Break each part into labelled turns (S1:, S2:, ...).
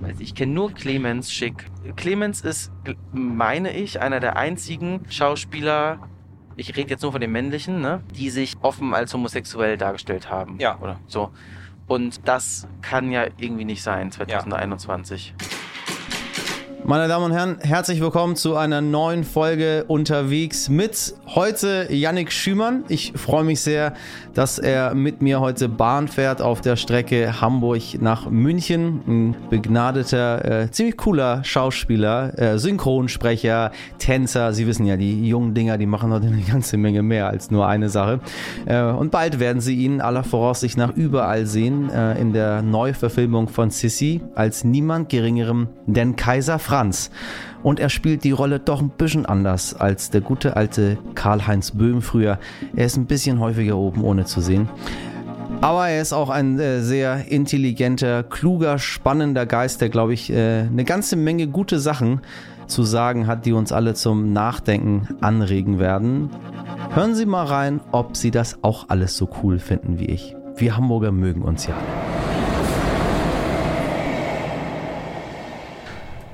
S1: weiß ich kenne nur Clemens Schick. Clemens ist, gl- meine ich, einer der einzigen Schauspieler, ich rede jetzt nur von den männlichen, ne, die sich offen als homosexuell dargestellt haben.
S2: Ja.
S1: Oder so. Und das kann ja irgendwie nicht sein, 2021.
S3: Meine Damen und Herren, herzlich willkommen zu einer neuen Folge unterwegs mit heute Yannick Schümann. Ich freue mich sehr, dass er mit mir heute Bahn fährt auf der Strecke Hamburg nach München. Ein begnadeter, äh, ziemlich cooler Schauspieler, äh, Synchronsprecher, Tänzer. Sie wissen ja, die jungen Dinger, die machen heute eine ganze Menge mehr als nur eine Sache. Äh, und bald werden Sie ihn aller Voraussicht nach überall sehen äh, in der Neuverfilmung von Sissi als niemand geringerem denn Kaiser Franz. Und er spielt die Rolle doch ein bisschen anders als der gute alte Karl-Heinz Böhm früher. Er ist ein bisschen häufiger oben ohne zu sehen. Aber er ist auch ein äh, sehr intelligenter, kluger, spannender Geist, der, glaube ich, äh, eine ganze Menge gute Sachen zu sagen hat, die uns alle zum Nachdenken anregen werden. Hören Sie mal rein, ob Sie das auch alles so cool finden wie ich. Wir Hamburger mögen uns ja.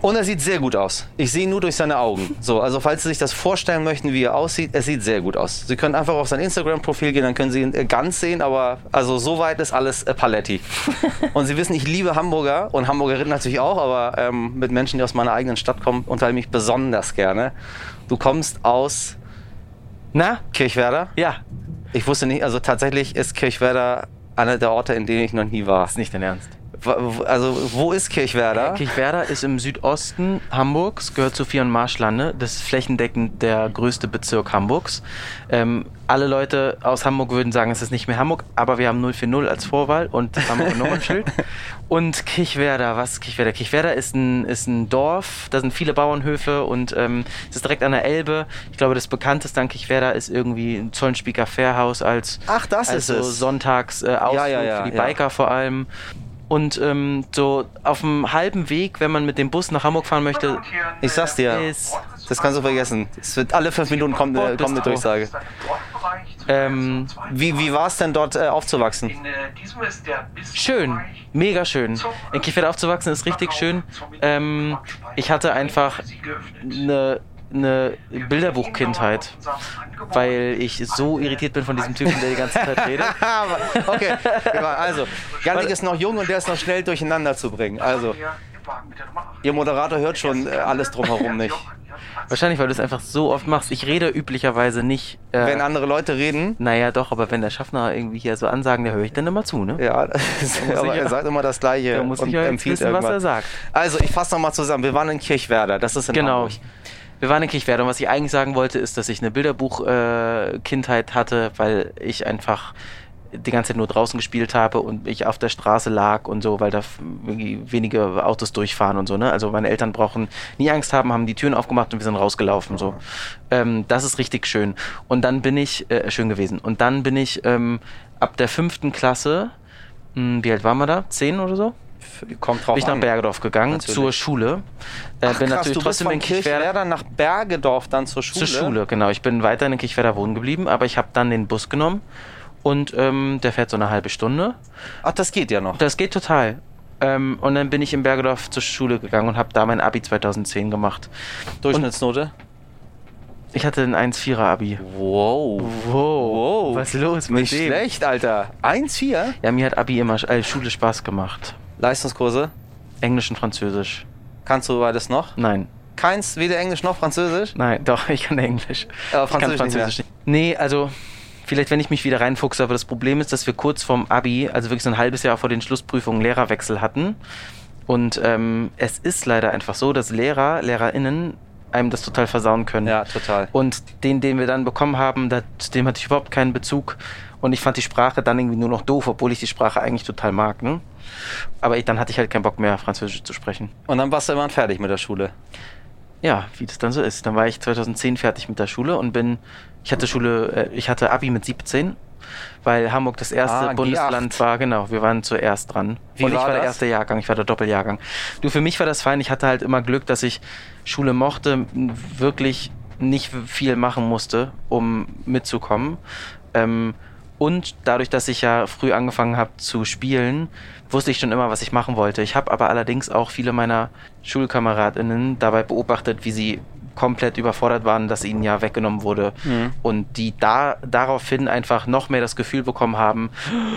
S2: Und er sieht sehr gut aus. Ich sehe ihn nur durch seine Augen. So, also falls Sie sich das vorstellen möchten, wie er aussieht, es sieht sehr gut aus. Sie können einfach auf sein Instagram-Profil gehen, dann können Sie ihn äh, ganz sehen, aber also soweit ist alles äh, Paletti. und Sie wissen, ich liebe Hamburger und Hamburgerinnen natürlich auch, aber ähm, mit Menschen, die aus meiner eigenen Stadt kommen, unterhalte ich mich besonders gerne. Du kommst aus
S1: Na?
S2: Kirchwerder?
S1: Ja.
S2: Ich wusste nicht, also tatsächlich ist Kirchwerder einer der Orte, in denen ich noch nie war.
S1: Ist nicht dein Ernst.
S2: Wa- wo- Also, wo ist Kirchwerder?
S1: Kirchwerder ist im Südosten Hamburgs, gehört zu Vieren Marschlande. Das ist flächendeckend der größte Bezirk Hamburgs. Ähm, alle Leute aus Hamburg würden sagen, es ist nicht mehr Hamburg, aber wir haben 040 als Vorwahl und das Hamburger Nummernschild. Und Kirchwerder, was ist Kirchwerder? Kirchwerder ist ein, ist ein Dorf, da sind viele Bauernhöfe und ähm, es ist direkt an der Elbe. Ich glaube, das bekannteste an Kirchwerder ist irgendwie ein Zollenspieker Fährhaus als
S2: Ach, das ist
S1: also
S2: es.
S1: sonntags äh, Ausflug
S2: ja, ja,
S1: für die
S2: ja.
S1: Biker vor allem. Und ähm, so auf dem halben Weg, wenn man mit dem Bus nach Hamburg fahren möchte,
S2: Ich sag's dir,
S1: Ist-
S2: das kannst du vergessen. Es wird alle fünf Minuten kommt, eine- kommt eine
S1: Bordbistro.
S2: Durchsage.
S1: Ähm,
S2: Wie, wie war es denn dort äh, aufzuwachsen?
S4: In äh, diesem ist der Bistro-
S1: schön, mega schön. In Kiefert aufzuwachsen ist richtig schön. Ähm, ich hatte einfach eine ne Bilderbuchkindheit, weil ich so irritiert bin von diesem Typen, der die ganze Zeit redet.
S2: Aber- okay, wir waren- also, Janik ist noch jung und der ist noch schnell durcheinander zu bringen. Also, Ihr Moderator hört schon äh, alles drumherum nicht.
S1: Wahrscheinlich, weil du es einfach so oft machst. Ich rede üblicherweise nicht. Äh,
S2: Wenn andere Leute reden,
S1: naja, doch, aber wenn der Schaffner irgendwie hier so Ansagen, da höre ich dann immer zu, ne?
S2: ja, das ist-
S1: muss
S2: aber
S1: ich ja-
S2: er sagt immer das Gleiche
S1: Da muss
S2: und
S1: ich ja jetzt
S2: empfiehlt
S1: wissen, was er
S2: irgendwas.
S1: sagt.
S2: Also, ich fasse nochmal zusammen. Wir waren in Kirchwerder, das ist in
S1: Genau.
S2: Hamburg.
S1: Wir waren in Kirchwerder und was ich eigentlich sagen wollte, ist, dass ich eine Bilderbuch-Kindheit äh, Kindheit hatte, weil ich einfach die ganze Zeit nur draußen gespielt habe und ich auf der Straße lag und so, weil da f- irgendwie wenige Autos durchfahren und so. Ne? Also meine Eltern brauchen nie Angst haben, haben die Türen aufgemacht und wir sind rausgelaufen. So, ähm, das ist richtig schön. Und dann bin ich äh, schön gewesen. Und dann bin ich ähm, ab der fünften Klasse, mh, wie alt waren wir da? Zehn oder so?
S2: Kommt drauf
S1: bin ich nach
S2: an.
S1: Bergedorf gegangen
S2: Natürlich.
S1: zur Schule. Äh,
S2: Ach,
S1: bin
S2: krass,
S1: natürlich
S2: du bist
S1: trotzdem
S2: von
S1: in Kirchwerder
S2: Kirchwerder nach Bergedorf dann zur Schule.
S1: zur Schule, genau. Ich bin weiter in Kirchwerder wohnen geblieben, aber ich habe dann den Bus genommen und ähm, der fährt so eine halbe Stunde.
S2: Ach, das geht ja noch.
S1: Das geht total. Ähm, und dann bin ich in Bergedorf zur Schule gegangen und habe da mein Abi 2010 gemacht.
S2: Durchschnittsnote?
S1: Ich hatte ein 1,4er Abi.
S2: Wow.
S1: Wow. Was ist los mit
S2: Nicht
S1: dem?
S2: schlecht, Alter. 1,4?
S1: Ja, mir hat Abi immer äh, Schule Spaß gemacht.
S2: Leistungskurse.
S1: Englisch und Französisch.
S2: Kannst du beides noch?
S1: Nein,
S2: Keins, weder Englisch noch Französisch?
S1: nein, doch, ich kann Englisch.
S2: Aber
S1: Ich kann
S2: Französisch nicht
S1: Französisch nicht. Nee, also vielleicht, wenn ich mich wieder reinfuchse, aber das Problem ist, dass wir kurz vorm Abi, also wirklich so ein halbes Jahr vor den Schlussprüfungen, Lehrerwechsel hatten. Und ähm, es ist leider einfach so, dass Lehrer, LehrerInnen einem das total versauen können.
S2: Ja, total.
S1: Und den, den wir dann bekommen haben, da, zu dem hatte ich überhaupt keinen Bezug. Und ich fand die Sprache dann irgendwie nur noch doof, obwohl ich die Sprache eigentlich total mag. Ne? Aber ich, dann hatte ich halt keinen Bock mehr, Französisch zu sprechen.
S2: Und dann warst du irgendwann fertig mit der Schule.
S1: Ja, wie das dann so ist. Dann war ich 2010 fertig mit der Schule und bin, ich hatte Schule, äh, ich hatte Abi mit 17, weil Hamburg das erste
S2: Ah,
S1: Bundesland
S2: G8.
S1: war, genau, wir waren zuerst dran.
S2: Wie
S1: und ich
S2: war
S1: war der
S2: das?
S1: erste Jahrgang, ich war der Doppeljahrgang. Du, für mich war das fein, ich hatte halt immer Glück, dass ich Schule mochte, wirklich nicht viel machen musste, um mitzukommen. Ähm, Und dadurch, dass ich ja früh angefangen habe zu spielen, wusste ich schon immer, was ich machen wollte. Ich habe aber allerdings auch viele meiner Schulkameradinnen dabei beobachtet, wie sie komplett überfordert waren, dass ihnen ja weggenommen wurde
S2: Mhm.
S1: und die da daraufhin einfach noch mehr das Gefühl bekommen haben,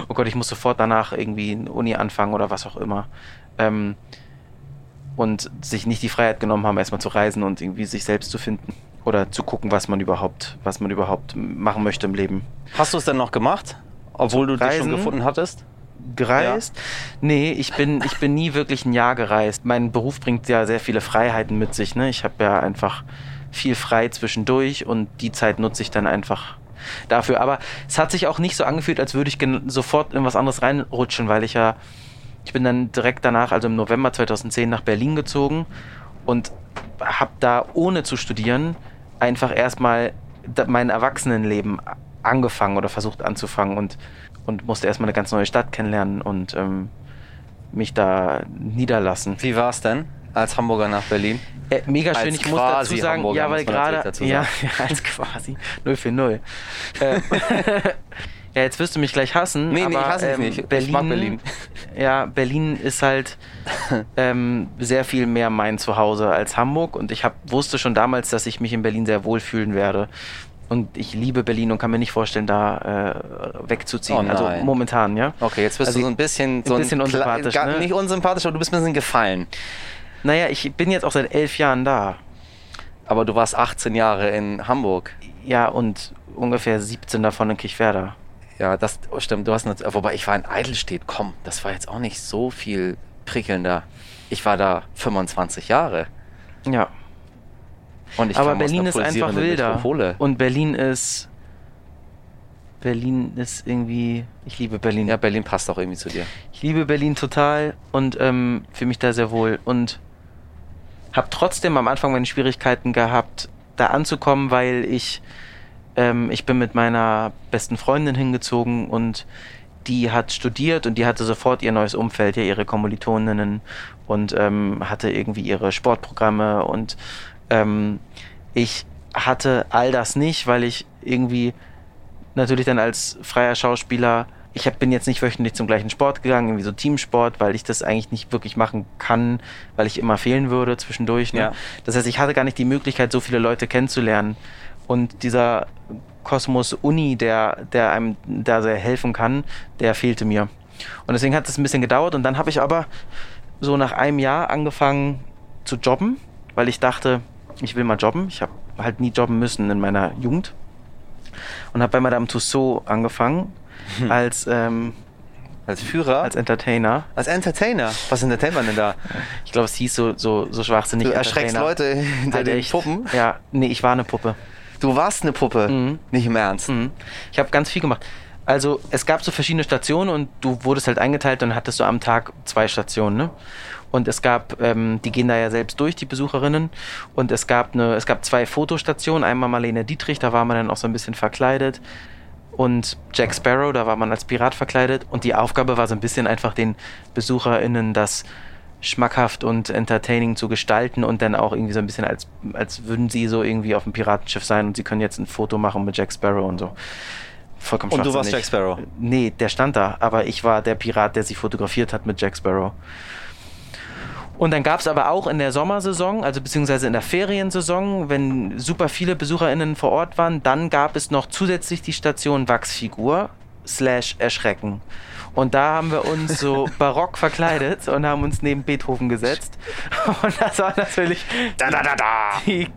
S1: oh Gott, ich muss sofort danach irgendwie in Uni anfangen oder was auch immer. Ähm, und sich nicht die Freiheit genommen haben, erstmal zu reisen und irgendwie sich selbst zu finden oder zu gucken, was man überhaupt, was man überhaupt machen möchte im Leben.
S2: Hast du es denn noch gemacht? Obwohl du dich schon
S1: Reisen?
S2: gefunden hattest?
S1: gereist? Nee, ich bin, ich bin nie wirklich ein Jahr gereist. Mein Beruf bringt ja sehr viele Freiheiten mit sich. Ne? Ich habe ja einfach viel frei zwischendurch und die Zeit nutze ich dann einfach dafür. Aber es hat sich auch nicht so angefühlt, als würde ich gen- sofort in was anderes reinrutschen, weil ich ja, ich bin dann direkt danach, also im November 2010, nach Berlin gezogen und habe da ohne zu studieren einfach erstmal da- mein Erwachsenenleben a- angefangen oder versucht anzufangen und, und musste erstmal eine ganz neue Stadt kennenlernen und ähm, mich da niederlassen.
S2: Wie war es denn als Hamburger nach Berlin?
S1: Äh, mega schön,
S2: Als
S1: ich muss
S2: quasi
S1: dazu sagen,
S2: Hamburger
S1: ja, weil
S2: muss man natürlich
S1: gerade.
S2: dazu
S1: Ja,
S2: sagen.
S1: ja, als quasi 0 für 0. Äh, ja, jetzt wirst du mich gleich hassen.
S2: Nee,
S1: aber,
S2: nee,
S1: ähm,
S2: ich hasse dich nicht. Ich
S1: Berlin,
S2: mag Berlin.
S1: Ja, Berlin ist halt ähm, sehr viel mehr mein Zuhause als Hamburg und ich hab, wusste schon damals, dass ich mich in Berlin sehr wohl fühlen werde. Und ich liebe Berlin und kann mir nicht vorstellen, da äh, wegzuziehen.
S2: Oh
S1: also
S2: nein.
S1: momentan, ja.
S2: Okay, jetzt bist
S1: Also,
S2: du so ein bisschen, so
S1: bisschen
S2: ein kle-
S1: unsympathisch,
S2: gar-
S1: ne?
S2: Nicht unsympathisch, aber du bist ein bisschen gefallen.
S1: Naja, ich bin jetzt auch seit elf Jahren da.
S2: Aber du warst 18 Jahre in Hamburg.
S1: Ja, und ungefähr 17 davon in Kichwerda.
S2: Ja, das oh, stimmt. Du hast eine, wobei ich war in Eidelstedt. Komm, das war jetzt auch nicht so viel prickelnder. Ich war da 25 Jahre
S1: Ja.
S2: und ich
S1: Aber
S2: kam
S1: Berlin
S2: aus
S1: ist
S2: einer
S1: einfach
S2: pulsierenden
S1: wilder.
S2: Metropole.
S1: Und Berlin ist. Berlin ist irgendwie. Ich liebe Berlin.
S2: ja, Berlin passt auch irgendwie zu dir.
S1: Ich liebe Berlin total und ähm, fühle mich da sehr wohl. Und habe trotzdem am Anfang meine Schwierigkeiten gehabt, da anzukommen, weil ich. Ähm, ich bin mit meiner besten Freundin hingezogen und die hat studiert und die hatte sofort ihr neues Umfeld, ja, ihre Kommilitoninnen und ähm, hatte irgendwie ihre Sportprogramme und ähm, ich hatte all das nicht, weil ich irgendwie natürlich dann als freier Schauspieler, ich hab, bin jetzt nicht wöchentlich zum gleichen Sport gegangen, irgendwie so Teamsport, weil ich das eigentlich nicht wirklich machen kann, weil ich immer fehlen würde zwischendurch. Ne?
S2: Ja.
S1: Das heißt, ich hatte gar nicht die Möglichkeit, so viele Leute kennenzulernen. Und dieser Kosmos Uni, der, der einem da sehr helfen kann, der fehlte mir. Und deswegen hat es ein bisschen gedauert. Und dann habe ich aber so nach einem Jahr angefangen zu jobben, weil ich dachte, ich will mal jobben. Ich habe halt nie jobben müssen in meiner Jugend. Und habe bei Madame Tussaud angefangen
S2: Hm.
S1: als, ähm,
S2: Als Führer,
S1: als
S2: als,
S1: Entertainer.
S2: Entertainer. Was entertaint man denn da?
S1: Ich glaube, es hieß so, so, so schwachsinnig.
S2: Du erschreckst
S1: Entertainer.
S2: Leute hinter
S1: Halt
S2: den
S1: echt.
S2: Puppen.
S1: Ja, nee, ich war eine Puppe.
S2: Du warst eine Puppe.
S1: Mhm.
S2: Nicht im Ernst.
S1: Mhm. Ich habe ganz viel gemacht. Also es gab so verschiedene Stationen und du wurdest halt eingeteilt und hattest du am Tag zwei Stationen. Ne? Und es gab, ähm, die gehen da ja selbst durch, die Besucherinnen. Und es gab eine, es gab zwei Fotostationen. Einmal Marlene Dietrich, da war man dann auch so ein bisschen verkleidet. Und Jack Sparrow, da war man als Pirat verkleidet. Und die Aufgabe war so ein bisschen einfach den BesucherInnen das schmackhaft und entertaining zu gestalten und dann auch irgendwie so ein bisschen als, als würden sie so irgendwie auf dem Piratenschiff sein und sie können jetzt ein Foto machen mit Jack Sparrow und so. Vollkommen
S2: Und du warst
S1: schwachsinnig.
S2: Jack Sparrow.
S1: Nee, der stand da, aber ich war der Pirat, der sie fotografiert hat mit Jack Sparrow. Und dann gab es aber auch in der Sommersaison, also beziehungsweise in der Feriensaison, wenn super viele BesucherInnen vor Ort waren, dann gab es noch zusätzlich die Station Wachsfigur slash Erschrecken. Und da haben wir uns so barock verkleidet und haben uns neben Beethoven gesetzt. Und das war natürlich
S2: Da, da, da, da.
S1: die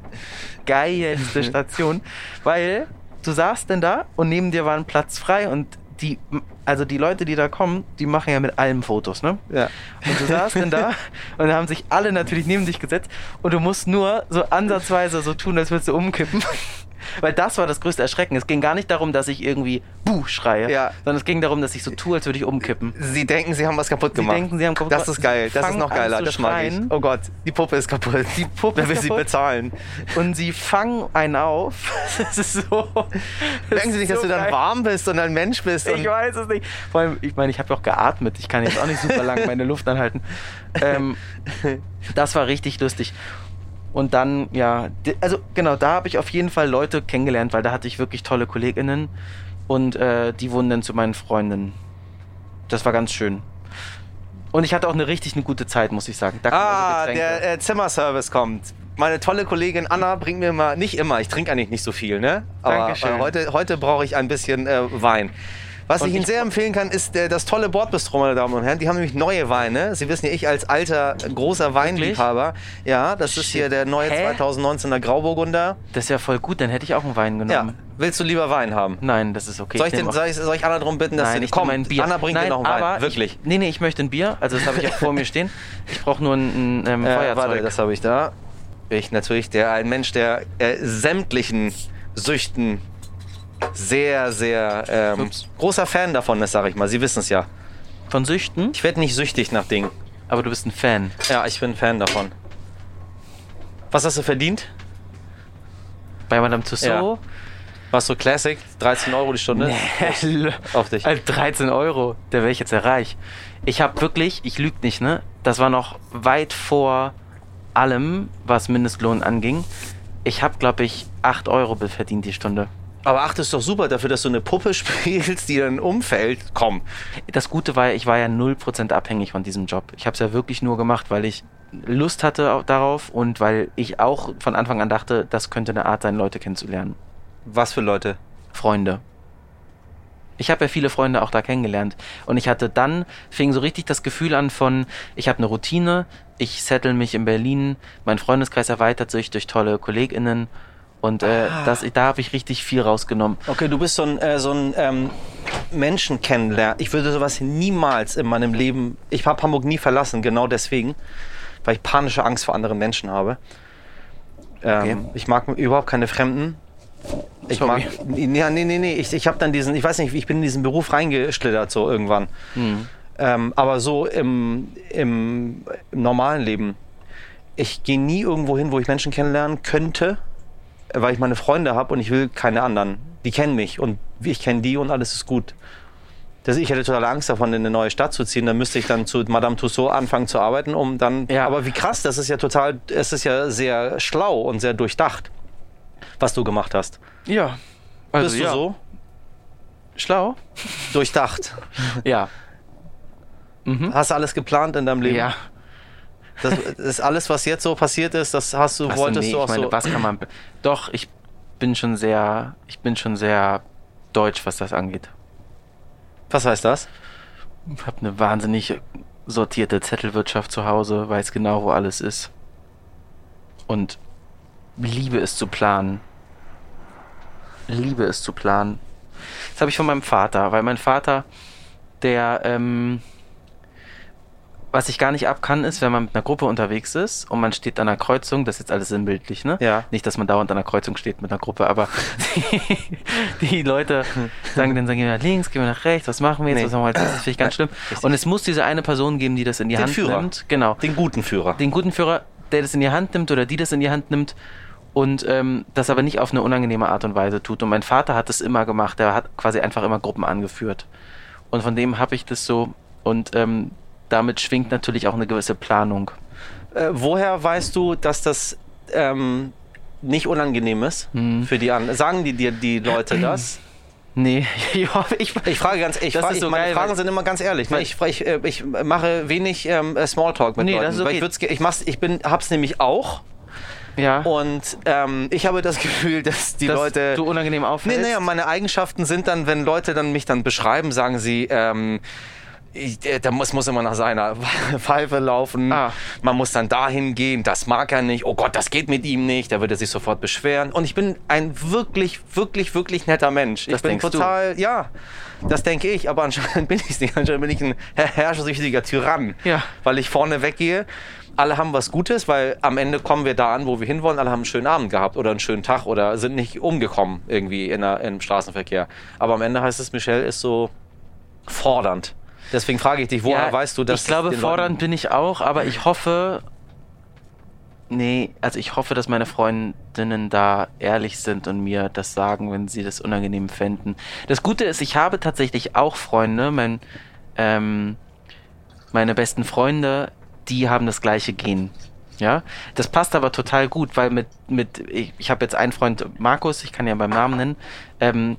S1: geilste Station, weil du saßt denn da und neben dir war ein Platz frei und die, also die Leute, die da kommen, die machen ja mit allem Fotos, ne?
S2: Ja.
S1: Und du saßt denn da und da haben sich alle natürlich neben dich gesetzt und du musst nur so ansatzweise so tun, als würdest du umkippen. Weil das war das größte Erschrecken. Es ging gar nicht darum, dass ich irgendwie Buh schreie,
S2: Ja.
S1: sondern es ging darum, dass ich so tue, als würde ich umkippen.
S2: Sie denken, sie haben was kaputt
S1: Sie
S2: gemacht.
S1: denken, sie haben kaputt
S2: das
S1: gemacht.
S2: ist geil.
S1: Sie
S2: Das ist
S1: fangen
S2: noch
S1: an
S2: geiler.
S1: zu
S2: Das mag ich.
S1: schreien.
S2: Oh Gott, die Puppe ist kaputt. Die
S1: Puppe
S2: Wer
S1: ist
S2: will sie
S1: kaputt.
S2: bezahlen?
S1: Und sie fangen einen auf. Das ist so. das
S2: Denken Sie
S1: ist
S2: nicht, dass
S1: so
S2: du dann
S1: geil.
S2: warm bist und ein Mensch bist. Und
S1: Ich weiß es nicht. Vor allem, ich meine, ich habe doch geatmet. Ich kann jetzt auch nicht super lang meine Luft anhalten. Ähm, das war richtig lustig. Und dann, ja, di- also genau, da habe ich auf jeden Fall Leute kennengelernt, weil da hatte ich wirklich tolle KollegInnen. Und äh, die wurden dann zu meinen Freundinnen. Das war ganz schön. Und ich hatte auch eine richtig eine gute Zeit, muss ich sagen. Da kamen
S2: Ah,
S1: also Getränke.
S2: der äh, Zimmerservice kommt. Meine tolle Kollegin Anna bringt mir mal, nicht immer, ich trinke eigentlich nicht so viel, ne? Aber
S1: Dankeschön.
S2: äh, heute, heute brauche ich ein bisschen äh, Wein. Was
S1: Und
S2: ich Ihnen
S1: ich-
S2: sehr empfehlen kann, ist äh, das tolle Bordbistro, meine Damen und Herren. Die haben nämlich neue Weine. Sie wissen ja, ich als alter, äh, großer Weinliebhaber. Ja, das ist hier
S1: Shit.
S2: der neue
S1: Hä?
S2: 2019er Grauburgunder.
S1: das ist ja voll gut, dann hätte ich auch einen Wein
S2: Ja,
S1: genommen.
S2: willst du lieber Wein haben?
S1: Nein, das ist okay.
S2: Soll ich,
S1: nehm
S2: denn,
S1: auch-
S2: soll, ich, soll ich Anna darum bitten, dass sie
S1: Nein,
S2: nicht
S1: ich komm,
S2: kommt?
S1: ein Bier.
S2: Anna bringt
S1: Nein,
S2: dir noch einen
S1: aber
S2: Wein. Wirklich.
S1: Ich, nee, nee, ich möchte ein Bier. Also das habe ich auch vor mir stehen. Ich brauche nur ein, ein ähm,
S2: Äh,
S1: Feuerzeug.
S2: warte, das habe ich da. Ich natürlich der ein Mensch, der äh, sämtlichen Süchten sehr, sehr ähm,
S1: Ups.
S2: großer Fan davon ist, sag ich mal. Sie wissen es ja.
S1: Von Süchten?
S2: Ich werde nicht süchtig nach Dingen.
S1: Aber du bist ein Fan.
S2: Ja, ich bin Fan davon. Was hast du verdient?
S1: Bei Madame Tussauds?
S2: Warst du Classic? 13 Euro die Stunde?
S1: Nee.
S2: Auf dich.
S1: Ne? Als 13 Euro, da wäre ich jetzt ja reich. Ich habe wirklich, ich lüge nicht, ne? Das war noch weit vor allem, was Mindestlohn anging. Ich habe, glaube ich, 8 Euro be- verdient die Stunde.
S2: Aber ach, das ist doch super dafür, dass du eine Puppe spielst, die dann umfällt. Komm.
S1: Das Gute war, ich war ja 0% abhängig von diesem Job. Ich habe es ja wirklich nur gemacht, weil ich Lust hatte au- darauf und weil ich auch von Anfang an dachte, das könnte eine Art sein, Leute kennenzulernen.
S2: Was für Leute?
S1: Freunde. Ich habe ja viele Freunde auch da kennengelernt. Und ich hatte dann, fing so richtig das Gefühl an von, ich habe eine Routine, ich settle mich in Berlin, mein Freundeskreis erweitert sich durch tolle KollegInnen. Und äh, das, da habe ich richtig viel rausgenommen.
S2: Okay, du bist so ein, äh, so ein ähm, Menschenkennenlerner. Ich würde sowas niemals in meinem Leben. Ich habe Hamburg nie verlassen, genau deswegen, weil ich panische Angst vor anderen Menschen habe. Ähm, Ich mag überhaupt keine Fremden. Ich
S1: Sorry.
S2: mag. Nee, nee, nee, nee. Ich, ich habe dann diesen. Ich weiß nicht, ich bin in diesen Beruf reingeschlittert, so irgendwann. Ähm, aber so im, im, im normalen Leben. Ich gehe nie irgendwo hin, wo ich Menschen kennenlernen könnte weil ich meine Freunde habe und ich will keine anderen. Die kennen mich und ich kenne die und alles ist gut. Das, ich hätte total Angst davon, in eine neue Stadt zu ziehen. Dann müsste ich dann zu Madame Tussaud anfangen zu arbeiten, um dann.
S1: Ja.
S2: Aber wie krass, das ist ja total, es ist ja sehr schlau und sehr durchdacht, was du gemacht hast.
S1: Ja. Also,
S2: Bist du
S1: ja.
S2: so?
S1: schlau?
S2: Durchdacht.
S1: Ja. Mhm.
S2: Hast du alles geplant in deinem Leben?
S1: Ja.
S2: Das, das ist alles, was jetzt so passiert ist, das hast du,
S1: Ach so,
S2: wolltest
S1: nee,
S2: du auch
S1: ich meine,
S2: so.
S1: was kann man. Doch, ich bin schon sehr, ich bin schon sehr deutsch, was das angeht.
S2: was heißt das?
S1: Ich habe eine wahnsinnig sortierte Zettelwirtschaft zu Hause, weiß genau, wo alles ist. Und liebe es zu planen. Liebe es zu planen. Das habe ich von meinem Vater, weil mein Vater, der, ähm, was ich gar nicht ab kann, ist, wenn man mit einer Gruppe unterwegs ist und man steht an einer Kreuzung, das ist jetzt alles sinnbildlich, ne?
S2: Ja.
S1: Nicht, dass man dauernd an einer Kreuzung steht mit einer Gruppe, aber die, die Leute sagen dann, sagen, gehen wir nach links, gehen wir nach rechts, was machen wir jetzt,
S2: Nee.
S1: was machen wir jetzt? Das finde ich ganz schlimm. Und es muss diese eine Person geben, die das in die
S2: Den
S1: Hand
S2: Führer.
S1: nimmt. Genau.
S2: Den guten Führer.
S1: Den guten Führer, der das in die Hand nimmt oder die das in die Hand nimmt und ähm, das aber nicht auf eine unangenehme Art und Weise tut. Und mein Vater hat das immer gemacht. Der hat quasi einfach immer Gruppen angeführt. Und von dem habe ich das so. Und ähm, damit schwingt natürlich auch eine gewisse Planung.
S2: Äh, woher weißt du, dass das ähm, nicht unangenehm ist für die anderen? Sagen die dir die Leute das?
S1: Nee, ich hoffe, ich,
S2: Ich frage ganz, ich
S1: Das
S2: frage,
S1: ist so
S2: meine
S1: geil,
S2: Fragen
S1: weil-
S2: sind immer ganz ehrlich. Ne? Ich, frage- ich, äh, ich mache wenig ähm, äh, Smalltalk mit
S1: Nee,
S2: Leuten.
S1: das ist
S2: weil
S1: okay.
S2: ich, würd's ge- ich, mach's, ich bin, hab's nämlich auch
S1: ja,
S2: und ähm, ich habe das Gefühl, dass die
S1: dass
S2: Leute.
S1: du unangenehm
S2: Nee,
S1: auffällst.
S2: naja, meine Eigenschaften sind dann, wenn Leute dann mich dann beschreiben, sagen sie, ähm, ich, äh, da muss, muss immer nach seiner Pfeife laufen.
S1: Ah.
S2: Man muss dann dahin gehen, das mag er nicht. Oh Gott, das geht mit ihm nicht. Da würde er sich sofort beschweren. Und ich bin ein wirklich, wirklich, wirklich netter Mensch.
S1: Das
S2: ich bin
S1: denkst du?
S2: total, ja, das denke ich. Aber anscheinend bin ich es nicht. Anscheinend bin ich ein her- herrschsüchtiger Tyrann.
S1: Ja.
S2: Weil ich vorne weggehe. Alle haben was Gutes, weil am Ende kommen wir da an, wo wir hinwollen. Alle haben einen schönen Abend gehabt oder einen schönen Tag oder sind nicht umgekommen irgendwie in der, im Straßenverkehr. Aber am Ende heißt es, Michelle ist so fordernd. Deswegen frage ich dich, woher
S1: Ja,
S2: weißt du, dass
S1: Ich glaube,
S2: den Leuten-
S1: fordernd bin ich auch, aber ich hoffe. Nee, also ich hoffe, dass meine Freundinnen da ehrlich sind und mir das sagen, wenn sie das unangenehm fänden. Das Gute ist, ich habe tatsächlich auch Freunde, mein, ähm, meine besten Freunde, die haben das gleiche Gen. Ja, das passt aber total gut, weil mit, mit ich, ich habe jetzt einen Freund, Markus, ich kann ihn ja beim Namen nennen, ähm,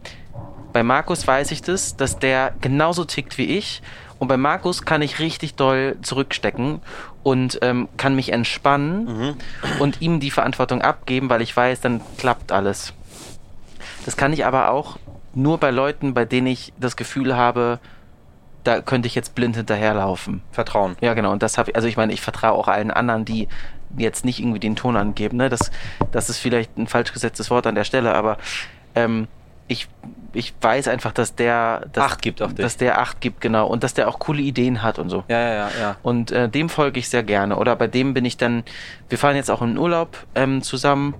S1: Bei Markus weiß ich das, dass der genauso tickt wie ich. Und bei Markus kann ich richtig doll zurückstecken und ähm, kann mich entspannen und ihm die Verantwortung abgeben, weil ich weiß, dann klappt alles. Das kann ich aber auch nur bei Leuten, bei denen ich das Gefühl habe, da könnte ich jetzt blind hinterherlaufen.
S2: Vertrauen.
S1: Ja, genau. Und das habe ich, also ich meine, ich vertraue auch allen anderen, die jetzt nicht irgendwie den Ton angeben. Ne? Das, das ist vielleicht ein falsch gesetztes Wort an der Stelle, aber ähm, ich, ich weiß einfach, dass der dass,
S2: Acht gibt auf dich.
S1: Dass der Acht gibt, genau. Und dass der auch coole Ideen hat und so.
S2: Ja, ja, ja, ja.
S1: Und äh, dem folge ich sehr gerne. Oder bei dem bin ich dann, wir fahren jetzt auch in den Urlaub ähm, zusammen,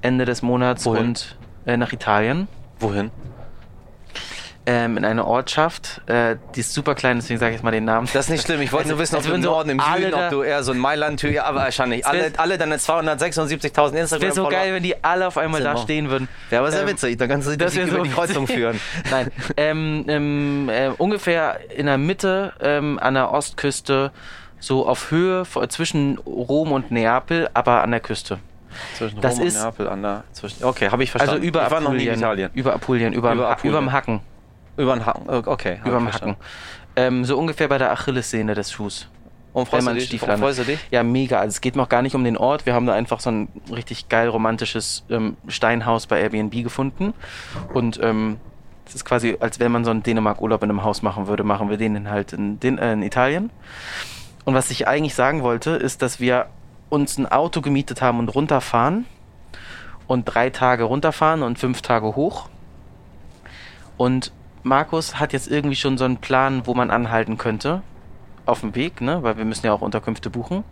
S1: Ende des Monats
S2: Wohin?
S1: und äh, nach Italien.
S2: Wohin?
S1: Ähm, in eine Ortschaft, äh, die ist super klein, deswegen sage ich jetzt mal den Namen.
S2: Das ist nicht schlimm. Ich wollte nur wissen, ob
S1: also
S2: du im
S1: wenn so
S2: Norden, im
S1: alle
S2: Süden,
S1: da-
S2: ob du eher so in Mailand, Tür, aber wahrscheinlich. Alle,
S1: wär-
S2: alle deine 276.000
S1: Das wäre so
S2: Instagram-Follower.
S1: geil, wenn die alle auf einmal da
S2: Sind wir.
S1: stehen würden.
S2: Wäre aber sehr
S1: Ähm,
S2: witzig. Dann kannst du die
S1: das
S2: Musik
S1: wär
S2: über
S1: so
S2: die Kreuzung
S1: witzig.
S2: führen.
S1: Nein, ähm, ähm, äh, ungefähr in der Mitte ähm, an der Ostküste, so auf Höhe vor- zwischen Rom und Neapel, aber an der Küste.
S2: Zwischen
S1: Das
S2: Rom
S1: ist-
S2: und Neapel an der. Zwischen, okay, habe ich verstanden.
S1: Also über
S2: ich war noch nie
S1: Apulien.
S2: in Italien.
S1: Über Apulien, über,
S2: Über
S1: über
S2: Apulien.
S1: überm Hacken.
S2: Über den Hacken. Okay. hab
S1: Überm
S2: ich
S1: Hacken.
S2: verstanden.
S1: Ähm, so ungefähr bei der Achillessehne des Fuß.
S2: Und
S1: Wenn
S2: freust du
S1: man
S2: dich?
S1: Stiefel
S2: Freust du dich?
S1: Ja, mega. Also es geht mir auch gar nicht um den Ort. Wir haben da einfach so ein richtig geil romantisches ähm, Steinhaus bei Airbnb gefunden. Und ähm, es ist quasi, als wenn man so einen Dänemark-Urlaub in einem Haus machen würde, machen wir den dann halt in, Dän- äh, in Italien. Und was ich eigentlich sagen wollte, ist, dass wir uns ein Auto gemietet haben und runterfahren. Und drei Tage runterfahren und fünf Tage hoch. Und Markus hat jetzt irgendwie schon so einen Plan, wo man anhalten könnte. Auf dem Weg, ne? Weil wir müssen ja auch Unterkünfte buchen.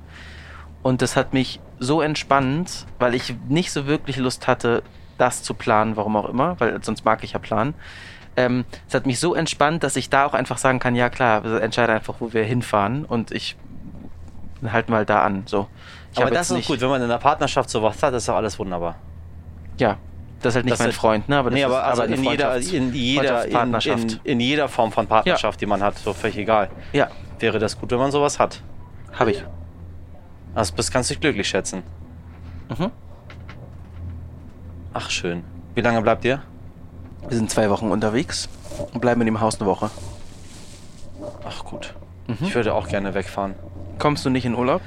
S1: Und das hat mich so entspannt, weil ich nicht so wirklich Lust hatte, das zu planen, warum auch immer, weil sonst mag ich ja planen. Ähm, es hat mich so entspannt, dass ich da auch einfach sagen kann, ja klar, wir entscheiden einfach, wo wir hinfahren und ich dann halten wir halt da an. So. Ich
S2: Aber
S1: hab
S2: das
S1: jetzt
S2: ist
S1: nicht-
S2: gut, wenn man in einer Partnerschaft sowas hat, ist doch alles wunderbar.
S1: Ja, das ist halt nicht
S2: Das
S1: mein
S2: ist-
S1: Freund, ne? Aber das
S2: nee,
S1: ist
S2: aber, also
S1: eine
S2: in jeder,
S1: Freundschafts-
S2: in, jeder, in,
S1: Freundschaftspartnerschaft.
S2: in, in jeder Form von Partnerschaft, die man hat, so völlig egal,
S1: ja,
S2: wäre das gut, wenn man sowas hat.
S1: habe ich.
S2: Also das kannst du dich glücklich schätzen.
S1: Mhm.
S2: Ach schön. Wie lange bleibt ihr?
S1: Wir sind zwei Wochen unterwegs und bleiben in dem Haus eine Woche.
S2: Ach gut.
S1: Mhm.
S2: Ich würde auch gerne wegfahren.
S1: Kommst du nicht in Urlaub?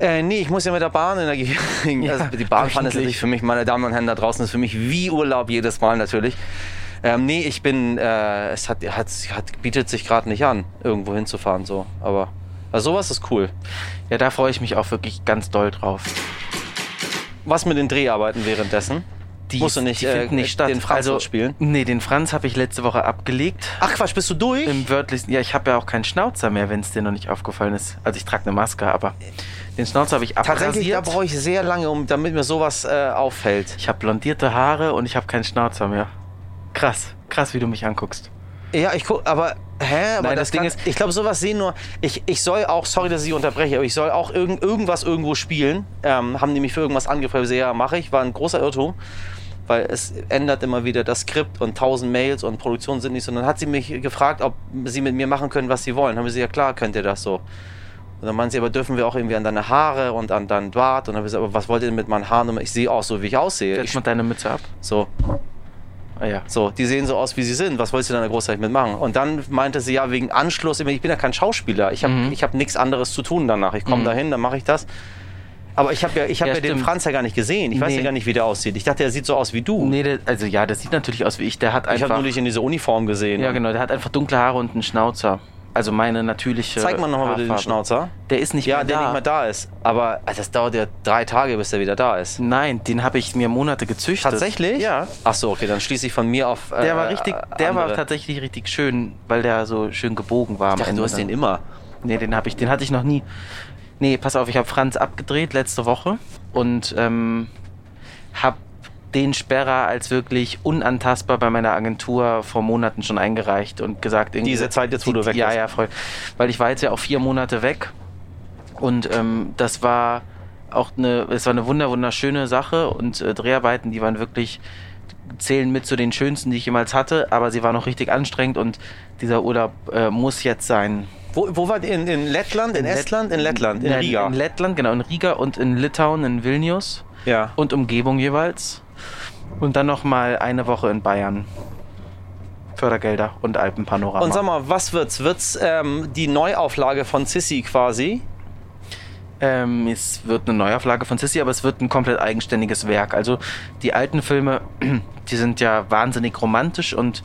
S2: Äh, nee, ich muss ja mit der Bahn in der Gegend. Also die Bahnfahren ist
S1: wöchentlich.
S2: natürlich für mich, meine Damen und Herren da draußen, ist für mich wie Urlaub jedes Mal natürlich. Ähm, nee, ich bin, äh, es hat, hat, hat, bietet sich gerade nicht an, irgendwo hinzufahren so. Aber also sowas ist cool.
S1: Ja, da freue ich mich auch wirklich ganz doll drauf.
S2: Was mit den Dreharbeiten währenddessen?
S1: Die,
S2: Musst du nicht,
S1: die
S2: äh,
S1: finden nicht statt.
S2: den Franz
S1: also,
S2: dort spielen?
S1: Nee, den Franz habe ich letzte Woche abgelegt.
S2: Ach Quatsch, bist du durch?
S1: Im wörtlichsten, ja, ich habe ja auch keinen Schnauzer mehr, wenn es dir noch nicht aufgefallen ist. Also ich trage eine Maske, aber den Schnauzer habe ich
S2: Tatsächlich, da
S1: abrasiert.
S2: brauche ich sehr lange, um, damit mir sowas äh, auffällt.
S1: ich habe blondierte Haare und ich habe keinen Schnauzer mehr. Krass, krass, wie du mich anguckst.
S2: Ja, ich guck, aber hä, aber
S1: Nein,
S2: das,
S1: das Ding
S2: kann,
S1: ist-
S2: ich glaube, sowas sehen nur. Ich, ich soll auch, sorry, dass ich dich unterbreche, aber ich soll auch irgend, irgendwas irgendwo spielen. Ähm, haben die mich für irgendwas angefragt? Ich so, Ja, mache ich. War ein großer Irrtum, weil es ändert immer wieder das Skript und tausend Mails und Produktionen sind nicht so. Und dann hat sie mich gefragt, ob sie mit mir machen können, was sie wollen. Haben sie ja klar, könnt ihr das so. Und dann meinen sie, aber dürfen wir auch irgendwie an deine Haare und an deinen Bart? Und dann habe ich gesagt, aber was wollt ihr denn mit meinen Haaren? Und ich sehe auch so, wie ich aussehe.
S1: Setz
S2: Ich,
S1: mal deine Mütze ab.
S2: so,
S1: Ah ja.
S2: so, die sehen so aus, wie sie sind. Was wolltest du denn da großartig mitmachen? Und dann meinte sie ja wegen Anschluss, ich meine, ich bin ja kein Schauspieler. Ich habe
S1: Mhm.
S2: ich hab nichts anderes zu tun danach. Ich komme
S1: Mhm.
S2: dahin, dann mache ich das. Aber ich habe ja, ich hab ja,
S1: Ja,
S2: den
S1: stimmt.
S2: Franz ja gar nicht gesehen. Ich weiß
S1: Nee.
S2: ja gar nicht, wie der aussieht. Ich dachte, er sieht so aus wie du.
S1: Nee, der, also ja, das sieht natürlich aus wie ich. Der hat
S2: ich habe
S1: einfach.
S2: nur dich in dieser Uniform gesehen.
S1: ja, genau, der hat einfach dunkle Haare und einen Schnauzer. Also meine natürliche.
S2: Zeig mal nochmal bitte den
S1: Haarfarbe.
S2: Schnauzer.
S1: Der ist nicht
S2: Ja,
S1: mehr
S2: der
S1: da.
S2: nicht mehr da ist. Aber also, das dauert ja drei Tage, bis er wieder da ist.
S1: Nein, den habe ich mir Monate gezüchtet.
S2: Tatsächlich?
S1: Ja.
S2: Ach so, okay, dann schließe ich von mir auf. äh,
S1: Der war richtig, der war
S2: andere.
S1: tatsächlich richtig schön, weil der so schön gebogen war. Am
S2: Ich dachte, du hast den immer.
S1: Nee, den habe ich, den hatte ich noch nie. Nee, pass auf, ich habe Franz abgedreht letzte Woche und ähm, habe den Sperrer als wirklich unantastbar bei meiner Agentur vor Monaten schon eingereicht und gesagt, irgendwie-
S2: Diese Zeit jetzt, wo du weg
S1: ja,
S2: bist.
S1: Ja, voll. Weil ich war jetzt ja auch vier Monate weg und ähm, das war auch eine, es war eine wunder wunderschöne Sache und äh, Dreharbeiten, die waren wirklich zählen mit zu den schönsten, die ich jemals hatte, aber sie waren noch richtig anstrengend und dieser Urlaub äh, muss jetzt sein.
S2: Wo, wo war in, in Lettland, in,
S1: Let-
S2: Estland, in Lettland, in
S1: Nein,
S2: Riga?
S1: In Lettland, genau, in Riga und in Litauen, in Vilnius
S2: ja.
S1: und Umgebung jeweils. Und dann nochmal eine Woche in Bayern. Fördergelder und Alpenpanorama.
S2: Und sag mal, was wird's? Wird's ähm, die Neuauflage von Sissy quasi?
S1: Ähm, es wird eine Neuauflage von Sissy, aber es wird ein komplett eigenständiges Werk. Also die alten Filme, die sind ja wahnsinnig romantisch und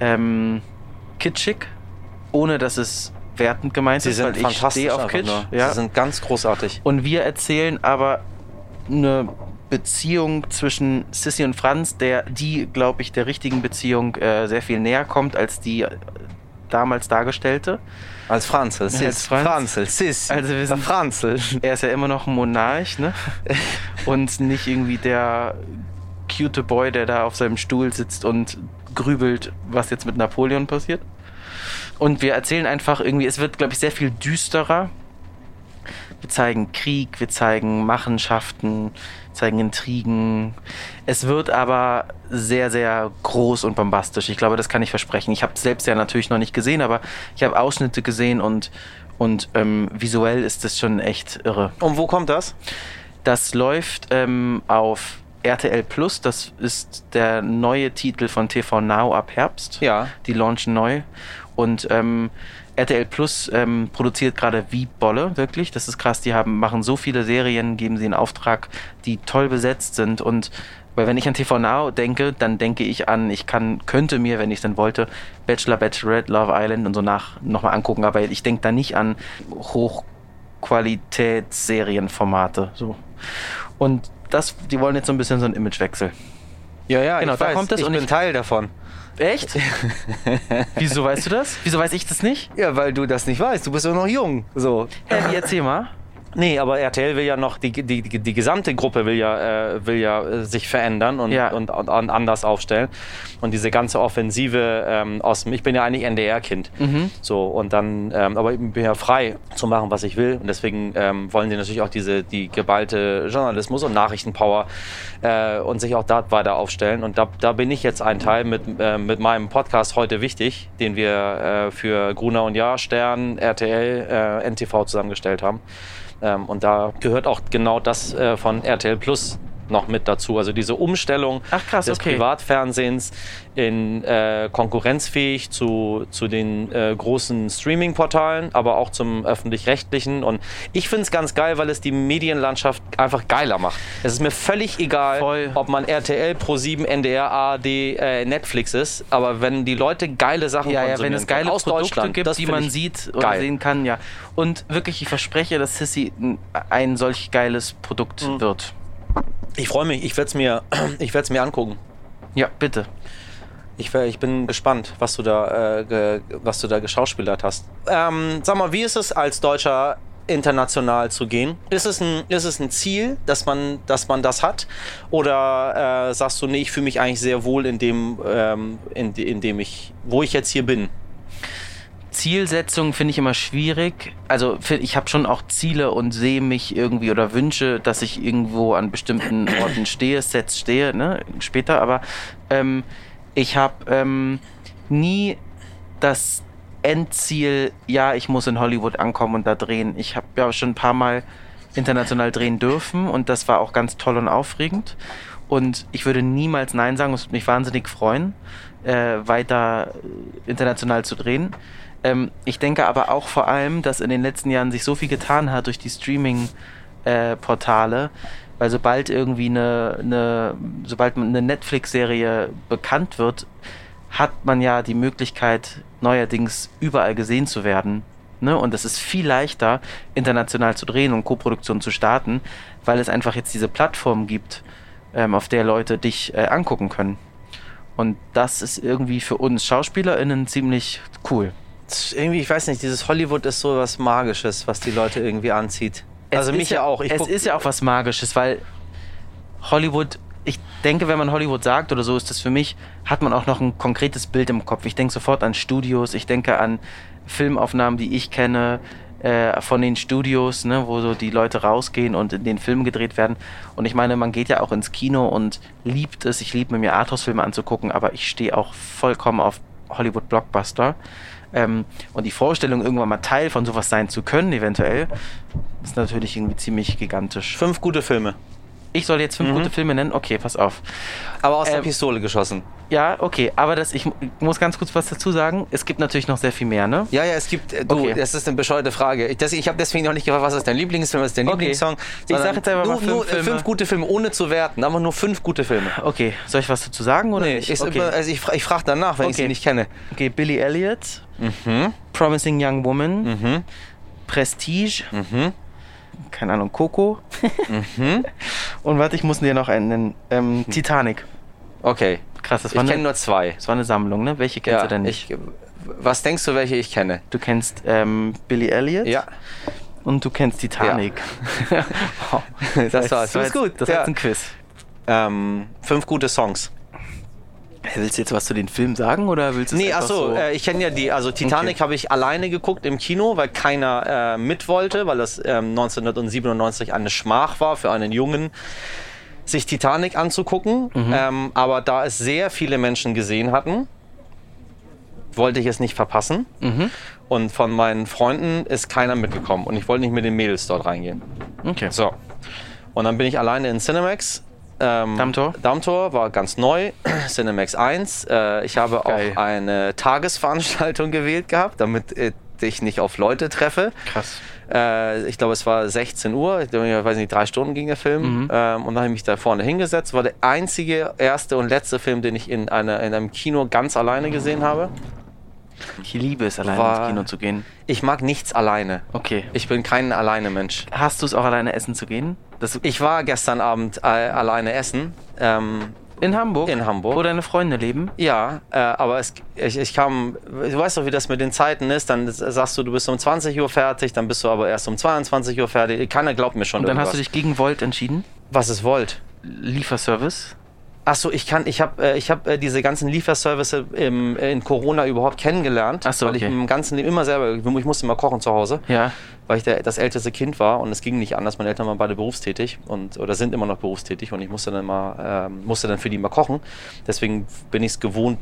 S1: ähm, kitschig, ohne dass es wertend gemeint
S2: Sie
S1: ist,
S2: sind
S1: weil ich
S2: fantastisch
S1: stehe auf
S2: einfach
S1: Kitsch.
S2: nur.
S1: Ja.
S2: Sie sind ganz großartig.
S1: Und wir erzählen aber eine Beziehung zwischen Sissy und Franz, der die, glaube ich, der richtigen Beziehung äh, sehr viel näher kommt als die äh, damals dargestellte.
S2: Als Franzel, Sis,
S1: Als Franz.
S2: Franzel, Sis,
S1: Also wir sind-
S2: Franzel.
S1: Er ist ja immer noch ein Monarch, ne? Und nicht irgendwie der cute Boy, der da auf seinem Stuhl sitzt und grübelt, was jetzt mit Napoleon passiert. Und wir erzählen einfach irgendwie, es wird, glaube ich, sehr viel düsterer. Wir zeigen Krieg, wir zeigen Machenschaften, zeigen Intrigen. Es wird aber sehr, sehr groß und bombastisch. Ich glaube, das kann ich versprechen. Ich habe es selbst ja natürlich noch nicht gesehen, aber ich habe Ausschnitte gesehen und, und ähm, visuell ist das schon echt irre.
S2: Und wo kommt das?
S1: Das läuft ähm, auf RTL Plus. Das ist der neue Titel von TV Now ab Herbst.
S2: Ja.
S1: Die launchen neu. Und ähm, RTL Plus ähm, produziert gerade wie Bolle, wirklich. Das ist krass. Die haben, machen so viele Serien, geben sie in Auftrag, die toll besetzt sind. Und weil wenn ich an TV Now denke, dann denke ich an, ich kann, könnte mir, wenn ich denn wollte, Bachelor, Bachelorette, Love Island und so nach nochmal angucken. Aber ich denke da nicht an Hochqualitätsserienformate. So. Und das, die wollen jetzt so ein bisschen so einen Imagewechsel.
S2: Ja, ja,
S1: Genau,
S2: ich
S1: da
S2: weiß.
S1: kommt es
S2: ich
S1: und
S2: bin
S1: ich-
S2: Teil davon.
S1: Echt? Wieso weißt du das? Wieso weiß ich das nicht?
S2: Ja, weil du das nicht weißt. Du bist ja noch jung. So.
S1: Hä, wie erzähl mal.
S2: Nee, aber RTL will ja noch, die, die, die, die gesamte Gruppe will ja, äh, will ja äh, sich verändern und,
S1: Ja.
S2: und, und, an- anders aufstellen. Und diese ganze Offensive ähm, aus dem, ich bin ja eigentlich NDR-Kind. So, und dann, ähm, aber ich bin ja frei zu machen, was ich will. Und deswegen ähm, wollen sie natürlich auch diese, die geballte Journalismus- und Nachrichtenpower äh, und sich auch dort weiter aufstellen. Und da, da bin ich jetzt ein Teil mit, äh, mit meinem Podcast heute wichtig, den wir äh, für Gruner und Jahr, Stern, RTL, äh, NTV zusammengestellt haben. Ähm, und da gehört auch genau das äh, von RTL Plus noch mit dazu. Also diese Umstellung
S1: Ach, krass,
S2: des
S1: okay.
S2: Privatfernsehens in äh, konkurrenzfähig zu, zu den äh, großen Streaming-Portalen, aber auch zum öffentlich-rechtlichen. Und ich finde es ganz geil, weil es die Medienlandschaft einfach geiler macht. Es ist mir völlig egal,
S1: Voll.
S2: ob man RTL, Pro7, NDR, ARD, äh, Netflix ist, aber wenn die Leute geile Sachen
S1: Ja, ja,
S2: konsumieren
S1: wenn es
S2: können
S1: geile
S2: aus
S1: Produkte
S2: Deutschland,
S1: gibt,
S2: das
S1: die
S2: find
S1: man
S2: ich
S1: sieht oder
S2: geil.
S1: sehen kann, ja. Und wirklich, ich verspreche, dass Sissy ein- ein solch geiles Produkt
S2: Mhm.
S1: wird.
S2: Ich freue mich, ich werde es mir, ich werd's mir angucken.
S1: Ja, bitte.
S2: Ich, wär- ich bin gespannt, was du da, äh, ge, was du da geschauspielert hast. Ähm, sag mal, wie ist es als Deutscher international zu gehen? Ist es ein, ist es ein Ziel, dass man, dass man das hat? Oder äh, sagst du, nee, ich fühle mich eigentlich sehr wohl in dem, ähm, in, de- in dem ich, wo ich jetzt hier bin?
S1: Zielsetzung finde ich immer schwierig. Also fi- ich habe schon auch Ziele und sehe mich irgendwie oder wünsche, dass ich irgendwo an bestimmten Orten stehe, Sets stehe, ne? Später, aber ähm, ich habe ähm, nie das Endziel, ja, ich muss in Hollywood ankommen und da drehen. Ich habe ja schon ein paar Mal international drehen dürfen und das war auch ganz toll und aufregend. Und ich würde niemals Nein sagen, es würde mich wahnsinnig freuen, äh, weiter äh, international zu drehen. Ähm, ich denke aber auch vor allem, dass in den letzten Jahren sich so viel getan hat durch die Streaming- äh, Portale, weil sobald irgendwie eine, eine sobald eine Netflix-Serie bekannt wird, hat man ja die Möglichkeit, neuerdings überall gesehen zu werden. Ne? Und es ist viel leichter, international zu drehen und Koproduktionen zu starten, weil es einfach jetzt diese Plattform gibt, ähm, auf der Leute dich äh, angucken können. Und das ist irgendwie für uns SchauspielerInnen ziemlich cool.
S2: Irgendwie, ich weiß nicht, dieses Hollywood ist so was Magisches, was die Leute irgendwie anzieht.
S1: Es
S2: also
S1: ist
S2: mich ja, auch. Ich
S1: es
S2: guck-
S1: ist ja auch was Magisches, weil Hollywood, ich denke, wenn man Hollywood sagt oder so ist das für mich, hat man auch noch ein konkretes Bild im Kopf. Ich denke sofort an Studios, ich denke an Filmaufnahmen, die ich kenne äh, von den Studios, ne, wo so die Leute rausgehen und in den Filmen gedreht werden. Und ich meine, man geht ja auch ins Kino und liebt es. Ich liebe mir Arthouse-Filme anzugucken, aber ich stehe auch vollkommen auf Hollywood-Blockbuster. Ähm, und die Vorstellung, irgendwann mal Teil von sowas sein zu können, eventuell, ist natürlich irgendwie ziemlich gigantisch.
S2: Fünf gute Filme.
S1: Ich soll
S2: Mhm.
S1: jetzt fünf gute Filme nennen? Okay, pass auf.
S2: Aber aus der
S1: Ähm,
S2: Pistole geschossen.
S1: Ja, okay, aber das, ich mu- muss ganz kurz was dazu sagen. Es gibt natürlich noch sehr viel mehr, ne?
S2: Ja, ja, es gibt. Äh, du,
S1: Okay.
S2: das ist eine bescheuerte Frage. Ich, das- ich habe deswegen noch nicht gefragt, was ist dein Lieblingsfilm, was ist dein
S1: Okay.
S2: Lieblingssong.
S1: Ich sag
S2: sondern
S1: jetzt einfach mal
S2: nur,
S1: fünf
S2: nur, äh,
S1: Filme.
S2: fünf gute Filme, ohne zu werten. Aber nur fünf gute Filme.
S1: Okay, soll ich was dazu sagen oder
S2: Nee,
S1: nicht?
S2: ist
S1: okay.
S2: immer, also ich, fra- ich frage danach, wenn ich
S1: Okay.
S2: sie nicht kenne.
S1: okay, Billy Elliot,
S2: Mhm.
S1: Promising Young Woman, Prestige,
S2: Mhm.
S1: keine Ahnung, Coco. Und warte, ich muss dir noch einen nennen. Ähm, Titanic.
S2: Okay.
S1: Krass, das
S2: Hm. Ich
S1: war,
S2: kenne
S1: eine,
S2: nur zwei.
S1: das war eine Sammlung, ne? Welche kennst du denn nicht?
S2: Ich, was denkst du, welche ich kenne?
S1: Du kennst ähm, Billy Elliot
S2: Ja.
S1: und du kennst Titanic. wow. Das
S2: Das war's.
S1: war
S2: Das
S1: jetzt,
S2: ist gut,
S1: Das
S2: ja.
S1: war jetzt ein Quiz.
S2: Ähm, fünf gute Songs.
S1: Willst du jetzt was zu den Filmen sagen oder willst du
S2: Nee,
S1: einfach
S2: achso, äh, ich kenne ja die, also Titanic
S1: Okay.
S2: habe ich alleine geguckt im Kino, weil keiner äh, mit wollte, weil das ähm, 1997 eine Schmach war für einen Jungen, sich Titanic anzugucken.
S1: Mhm.
S2: Ähm, aber da es sehr viele Menschen gesehen hatten, wollte ich es nicht verpassen.
S1: Mhm.
S2: Und von meinen Freunden ist keiner mitgekommen und ich wollte nicht mit den Mädels dort reingehen.
S1: Okay.
S2: So. Und dann bin ich alleine in Cinemax. Ähm,
S1: Dammtor?
S2: Dammtor war ganz neu, Cinemax 1. Äh, ich habe
S1: Geil.
S2: auch eine Tagesveranstaltung gewählt gehabt, damit äh, ich nicht auf Leute treffe.
S1: Krass.
S2: Äh, ich glaube, es war 16 Uhr, ich glaube, ich weiß nicht, drei Stunden ging der Film.
S1: Mhm.
S2: Ähm, und dann habe ich mich da vorne hingesetzt. War der einzige, erste und letzte Film, den ich in, einer, in einem Kino ganz alleine gesehen habe.
S1: Ich liebe es, alleine
S2: War-
S1: ins Kino zu gehen.
S2: Ich mag nichts alleine.
S1: Okay.
S2: Ich bin kein alleine Mensch.
S1: Hast du es auch alleine essen zu gehen? Das
S2: Ich war gestern Abend äh, alleine essen. Ähm,
S1: in Hamburg?
S2: in Hamburg.
S1: Wo deine Freunde leben?
S2: Ja, äh, aber es, ich, ich kam, du weißt doch, wie das mit den Zeiten ist, dann sagst du, du bist um 20 Uhr fertig, dann bist du aber erst um 22 Uhr fertig. Keiner glaubt mir schon
S1: Und dann hast
S2: irgendwas.
S1: du dich gegen Volt entschieden?
S2: Was es wollt.
S1: Lieferservice?
S2: Achso, ich kann, ich habe äh, ich hab, äh, diese ganzen Lieferservice im, äh, in Corona überhaupt kennengelernt,
S1: Ach so,
S2: weil ich
S1: okay.
S2: im ganzen Leben immer selber, ich musste immer kochen zu Hause,
S1: Ja.
S2: weil ich der, das älteste Kind war und es ging nicht anders. Meine Eltern waren beide berufstätig und oder sind immer noch berufstätig und ich musste dann mal, ähm, musste dann für die mal kochen. Deswegen bin ich es gewohnt,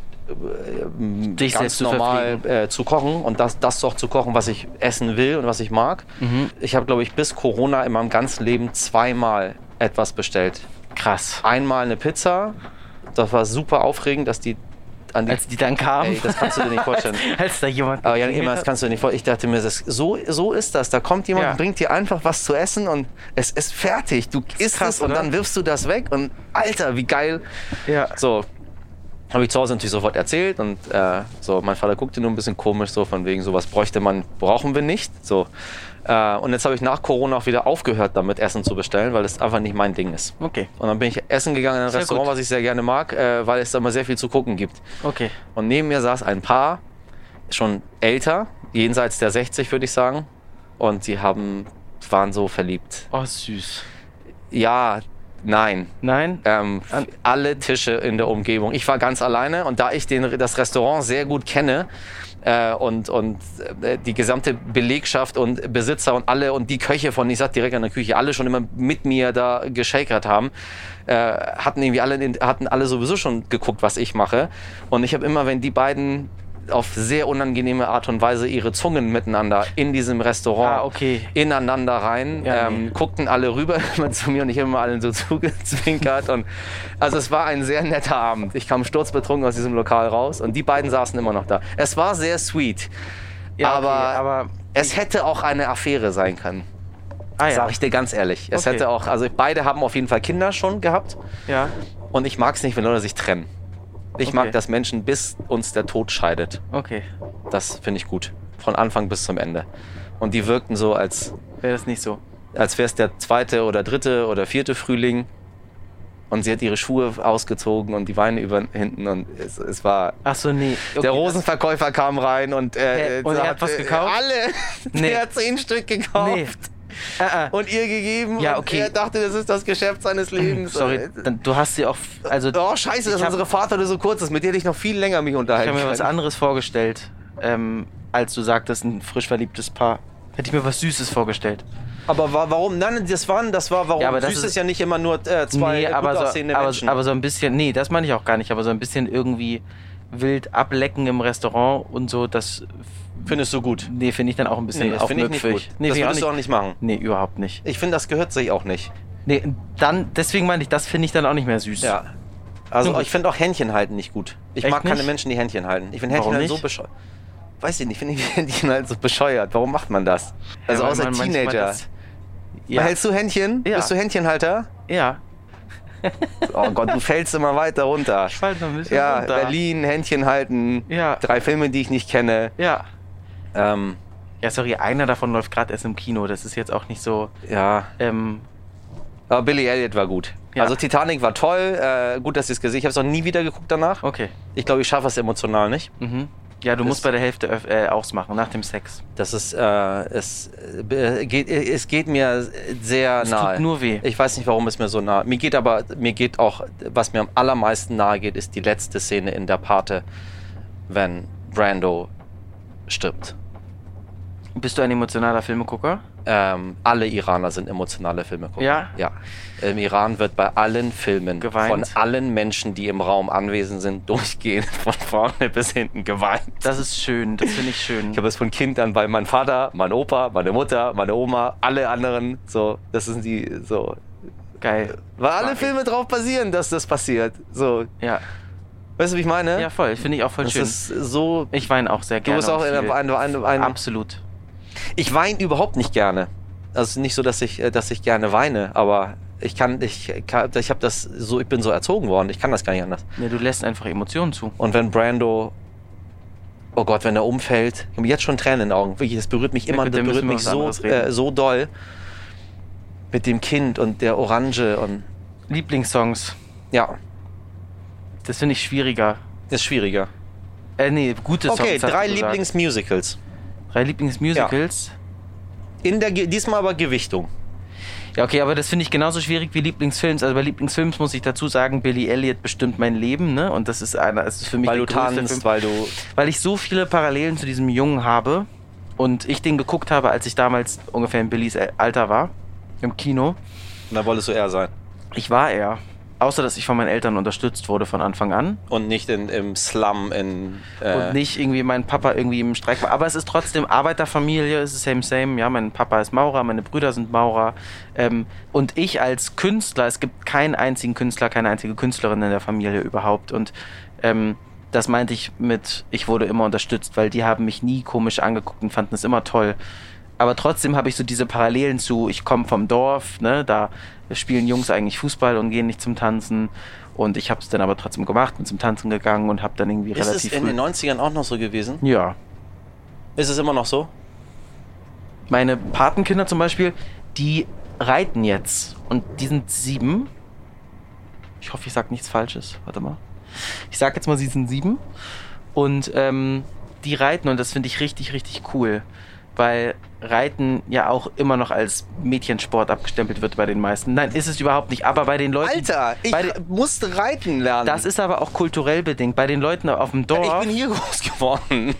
S2: ähm,
S1: Dich
S2: ganz
S1: selbst zu
S2: normal äh, zu kochen und das, das auch zu kochen, was ich essen will und was ich mag.
S1: Mhm.
S2: Ich habe, glaube ich, bis Corona in meinem ganzen Leben zweimal etwas bestellt.
S1: Krass.
S2: Einmal eine Pizza, das war super aufregend, dass die an die.
S1: Als die dann kamen,
S2: Ey, das kannst du dir nicht vorstellen.
S1: als da jemand.
S2: Aber ja,
S1: geklingelt
S2: immer, das
S1: hat.
S2: kannst du dir nicht vorstellen. Ich dachte mir, das, so, so ist das. Da kommt jemand,
S1: Ja.
S2: bringt dir einfach was zu essen und es ist fertig. Du isst
S1: krass,
S2: es und
S1: oder?
S2: dann wirfst du das weg und Alter, wie geil.
S1: Ja.
S2: So, habe ich zu Hause natürlich sofort erzählt und äh, so, mein Vater guckte nur ein bisschen komisch, so von wegen, sowas bräuchte man, brauchen wir nicht. So. Äh, und jetzt habe ich nach Corona auch wieder aufgehört, damit Essen zu bestellen, weil das einfach nicht mein Ding ist.
S1: Okay.
S2: Und dann bin ich essen gegangen in ein
S1: Sehr
S2: Restaurant,
S1: gut.
S2: was ich sehr gerne mag, äh, weil es da immer sehr viel zu gucken gibt.
S1: Okay.
S2: Und neben mir saß ein Paar, schon älter, jenseits der 60 würde ich sagen. Und die haben, waren so verliebt.
S1: Oh, süß.
S2: Ja, nein.
S1: Nein?
S2: Ähm,
S1: An-
S2: alle Tische in der Umgebung. Ich war ganz alleine und da ich den, das Restaurant sehr gut kenne äh, und, und äh, die gesamte Belegschaft und Besitzer und alle und die Köche von, ich sag direkt an der Küche, alle schon immer mit mir da geschakert haben, äh, hatten irgendwie alle, den- hatten alle sowieso schon geguckt, was ich mache. Und ich habe immer, wenn die beiden auf sehr unangenehme Art und Weise ihre Zungen miteinander in diesem Restaurant
S1: Ah, okay.
S2: ineinander rein.
S1: Ja,
S2: ähm,
S1: nee.
S2: Guckten alle rüber immer zu mir und ich habe immer allen so zugezwinkert. Und also es war ein sehr netter Abend. Ich kam sturzbetrunken aus diesem Lokal raus und die beiden saßen immer noch da. Es war sehr sweet.
S1: Ja,
S2: aber,
S1: okay, aber
S2: es hätte auch eine Affäre sein können.
S1: ah, ja.
S2: Sag ich dir ganz ehrlich. Es
S1: Okay.
S2: hätte auch, also beide haben auf jeden Fall Kinder schon gehabt.
S1: ja.
S2: Und ich mag es nicht, wenn Leute sich trennen. Ich
S1: Okay.
S2: mag, dass Menschen bis uns der Tod scheidet.
S1: Okay.
S2: Das finde ich gut. Von Anfang bis zum Ende. Und die wirkten so, als
S1: Wäre das nicht so.
S2: als wäre es der zweite oder dritte oder vierte Frühling. Und sie hat ihre Schuhe ausgezogen und die Weine über hinten und es, es war.
S1: Ach so, nee. Okay,
S2: der
S1: das-
S2: Rosenverkäufer kam rein und, äh,
S1: Hä? Und er hat was
S2: äh,
S1: gekauft?
S2: Alle.
S1: Nee.
S2: Der hat zehn Stück gekauft
S1: Nee. Ah, ah.
S2: und ihr gegeben.
S1: Ja,
S2: Und
S1: okay.
S2: er dachte, das ist das Geschäft seines Lebens. Äh,
S1: Sorry, dann, du hast dir auch. Also,
S2: Oh, scheiße, dass
S1: ich hab-
S2: unsere Fahrtwelle so kurz ist. Mit dir hätte ich noch viel länger mich
S1: Ich
S2: unterhalten.
S1: habe mir was
S2: können.
S1: anderes vorgestellt, ähm, als du sagtest, ein frisch verliebtes Paar. Hätte ich mir was Süßes vorgestellt.
S2: Aber wa warum? Nein, das waren, das war, warum?
S1: Ja, aber das
S2: Süß
S1: ist-
S2: ja nicht immer nur äh, zwei
S1: nee,
S2: gut
S1: aber so,
S2: aussehende
S1: aber,
S2: Menschen.
S1: aber so ein bisschen, nee, das meine ich auch gar nicht, aber so ein bisschen irgendwie wild ablecken im Restaurant und so, das
S2: Findest du gut?
S1: nee, finde ich dann auch ein bisschen
S2: Nee, das finde ich nicht
S1: aufmüpfig.
S2: gut.
S1: Nee,
S2: das
S1: find ich auch
S2: würdest du auch nicht machen.
S1: Nee, überhaupt nicht.
S2: Ich finde, das gehört sich auch nicht.
S1: Nee, dann, deswegen meine ich, das finde ich dann auch nicht mehr süß.
S2: Ja. Also
S1: Nun,
S2: ich finde auch Händchen halten nicht gut. Ich
S1: Echt
S2: mag keine
S1: nicht?
S2: Menschen, die Händchen halten. Ich finde
S1: Warum
S2: Händchen halten so
S1: nicht?
S2: bescheuert. Weiß ich nicht, finde ich Händchen halten so bescheuert. Warum macht man das? Also
S1: Ja, weil
S2: außer
S1: man manchmal
S2: Teenager.
S1: das- Ja,
S2: Hältst du Händchen?
S1: Ja.
S2: Bist du Händchenhalter?
S1: ja.
S2: Oh Gott, du fällst immer weiter runter.
S1: Ich fall so ein bisschen
S2: Ja,
S1: runter.
S2: Berlin, Händchen halten.
S1: Ja.
S2: Drei Filme, die ich nicht kenne.
S1: Ja.
S2: Ähm,
S1: Ja, sorry, einer davon läuft gerade erst im Kino. Das ist jetzt auch nicht so.
S2: ja.
S1: Ähm,
S2: Aber Billy Elliot war gut.
S1: Ja.
S2: Also Titanic war toll. Äh, gut, dass ihr es gesehen habt. Ich habe es auch nie wieder geguckt danach.
S1: okay.
S2: Ich glaube, ich schaffe es emotional nicht.
S1: Mhm. Ja, du
S2: Das-
S1: musst bei der Hälfte öff- äh, ausmachen, nach dem Sex.
S2: Das ist, äh, es, äh, be- geht, es geht mir sehr
S1: Es
S2: nahe.
S1: tut nur weh.
S2: Ich weiß nicht, warum es mir so nahe. Mir geht aber, mir geht auch, was mir am allermeisten nahe geht, ist die letzte Szene in der Pate, wenn Brando stirbt.
S1: Bist du ein emotionaler Filmegucker?
S2: Ähm, alle Iraner sind emotionale Filmegucker.
S1: Ja?
S2: Ja. Im Iran wird bei allen Filmen
S1: Geweint.
S2: von allen Menschen, die im Raum anwesend sind, durchgehend von vorne bis hinten geweint.
S1: Das ist schön, das finde ich schön.
S2: Ich habe es von Kind an bei meinem Vater, meinem Opa, meiner Mutter, meiner Oma, alle anderen. So, das sind die, so.
S1: Geil.
S2: Weil alle
S1: Mag ich.
S2: Filme drauf basieren, dass das passiert. So,
S1: Ja,
S2: weißt du, wie ich meine?
S1: ja voll. Finde ich auch voll
S2: das
S1: schön.
S2: ist so.
S1: ich weine auch sehr
S2: Du
S1: gerne.
S2: bist auch
S1: und
S2: in einem.
S1: viel.
S2: Ein, ein, ein,
S1: Absolut.
S2: ich weine überhaupt nicht gerne. Also nicht so, dass ich, äh, dass ich gerne weine, aber ich kann, ich, kann, ich habe das so, ich bin so erzogen worden. Ich kann das gar nicht anders.
S1: Nee, du lässt einfach Emotionen zu.
S2: Und wenn Brando, oh Gott, wenn er umfällt, ich habe jetzt schon Tränen in den Augen. Wirklich, das berührt mich
S1: Ja,
S2: immer,
S1: gut,
S2: das
S1: dann
S2: berührt
S1: müssen wir
S2: mich
S1: was
S2: so,
S1: anderes reden.
S2: äh, so doll. Mit dem Kind und der Orange und
S1: Lieblingssongs.
S2: ja,
S1: Das finde ich schwieriger.
S2: ist schwieriger.
S1: Äh, nee, gute Songs.
S2: Okay,
S1: hast du
S2: drei
S1: gesagt.
S2: Lieblingsmusicals.
S1: Drei Lieblingsmusicals.
S2: In der Ge- diesmal aber Gewichtung.
S1: Ja, okay, aber das finde ich genauso schwierig wie Lieblingsfilms. Also bei Lieblingsfilms muss ich dazu sagen, Billy Elliot bestimmt mein Leben, ne? Und das ist einer, es ist für mich
S2: Weil du
S1: der größte
S2: tanzt,
S1: Film.
S2: weil du
S1: weil ich so viele Parallelen zu diesem Jungen habe und ich den geguckt habe, als ich damals ungefähr in Billys Alter war, im Kino.
S2: und dann wolltest du er sein
S1: Ich war er. Außer, dass ich von meinen Eltern unterstützt wurde von Anfang an
S2: und nicht in, im Slum in äh,
S1: und nicht irgendwie mein Papa irgendwie im Streik war. Aber es ist trotzdem Arbeiterfamilie, es ist same, same. Ja, mein Papa ist Maurer, meine Brüder sind Maurer. Ähm, und ich als Künstler, es gibt keinen einzigen Künstler, keine einzige Künstlerin in der Familie überhaupt. Und ähm, das meinte ich mit, ich wurde immer unterstützt, weil die haben mich nie komisch angeguckt und fanden es immer toll. Aber trotzdem habe ich so diese Parallelen zu, ich komme vom Dorf, ne, da spielen Jungs eigentlich Fußball und gehen nicht zum Tanzen. Und ich habe es dann aber trotzdem gemacht und zum Tanzen gegangen und habe dann irgendwie
S2: Ist es
S1: relativ
S2: in
S1: früh-
S2: den 90ern auch noch so gewesen?
S1: ja.
S2: Ist es immer noch so?
S1: Meine Patenkinder zum Beispiel, die reiten jetzt. Und die sind sieben. Ich hoffe, ich sage nichts Falsches. Warte mal. Ich sag jetzt mal, sie sind sieben. Und ähm, die reiten und das finde ich richtig, richtig cool. Weil Reiten ja auch immer noch als Mädchensport abgestempelt wird bei den meisten. Nein, ist es überhaupt nicht. Aber bei den Leuten.
S2: Alter, ich
S1: bei den,
S2: musste reiten lernen.
S1: das ist aber auch kulturell bedingt. Bei den Leuten auf dem Dorf.
S2: Ich bin hier groß geworden.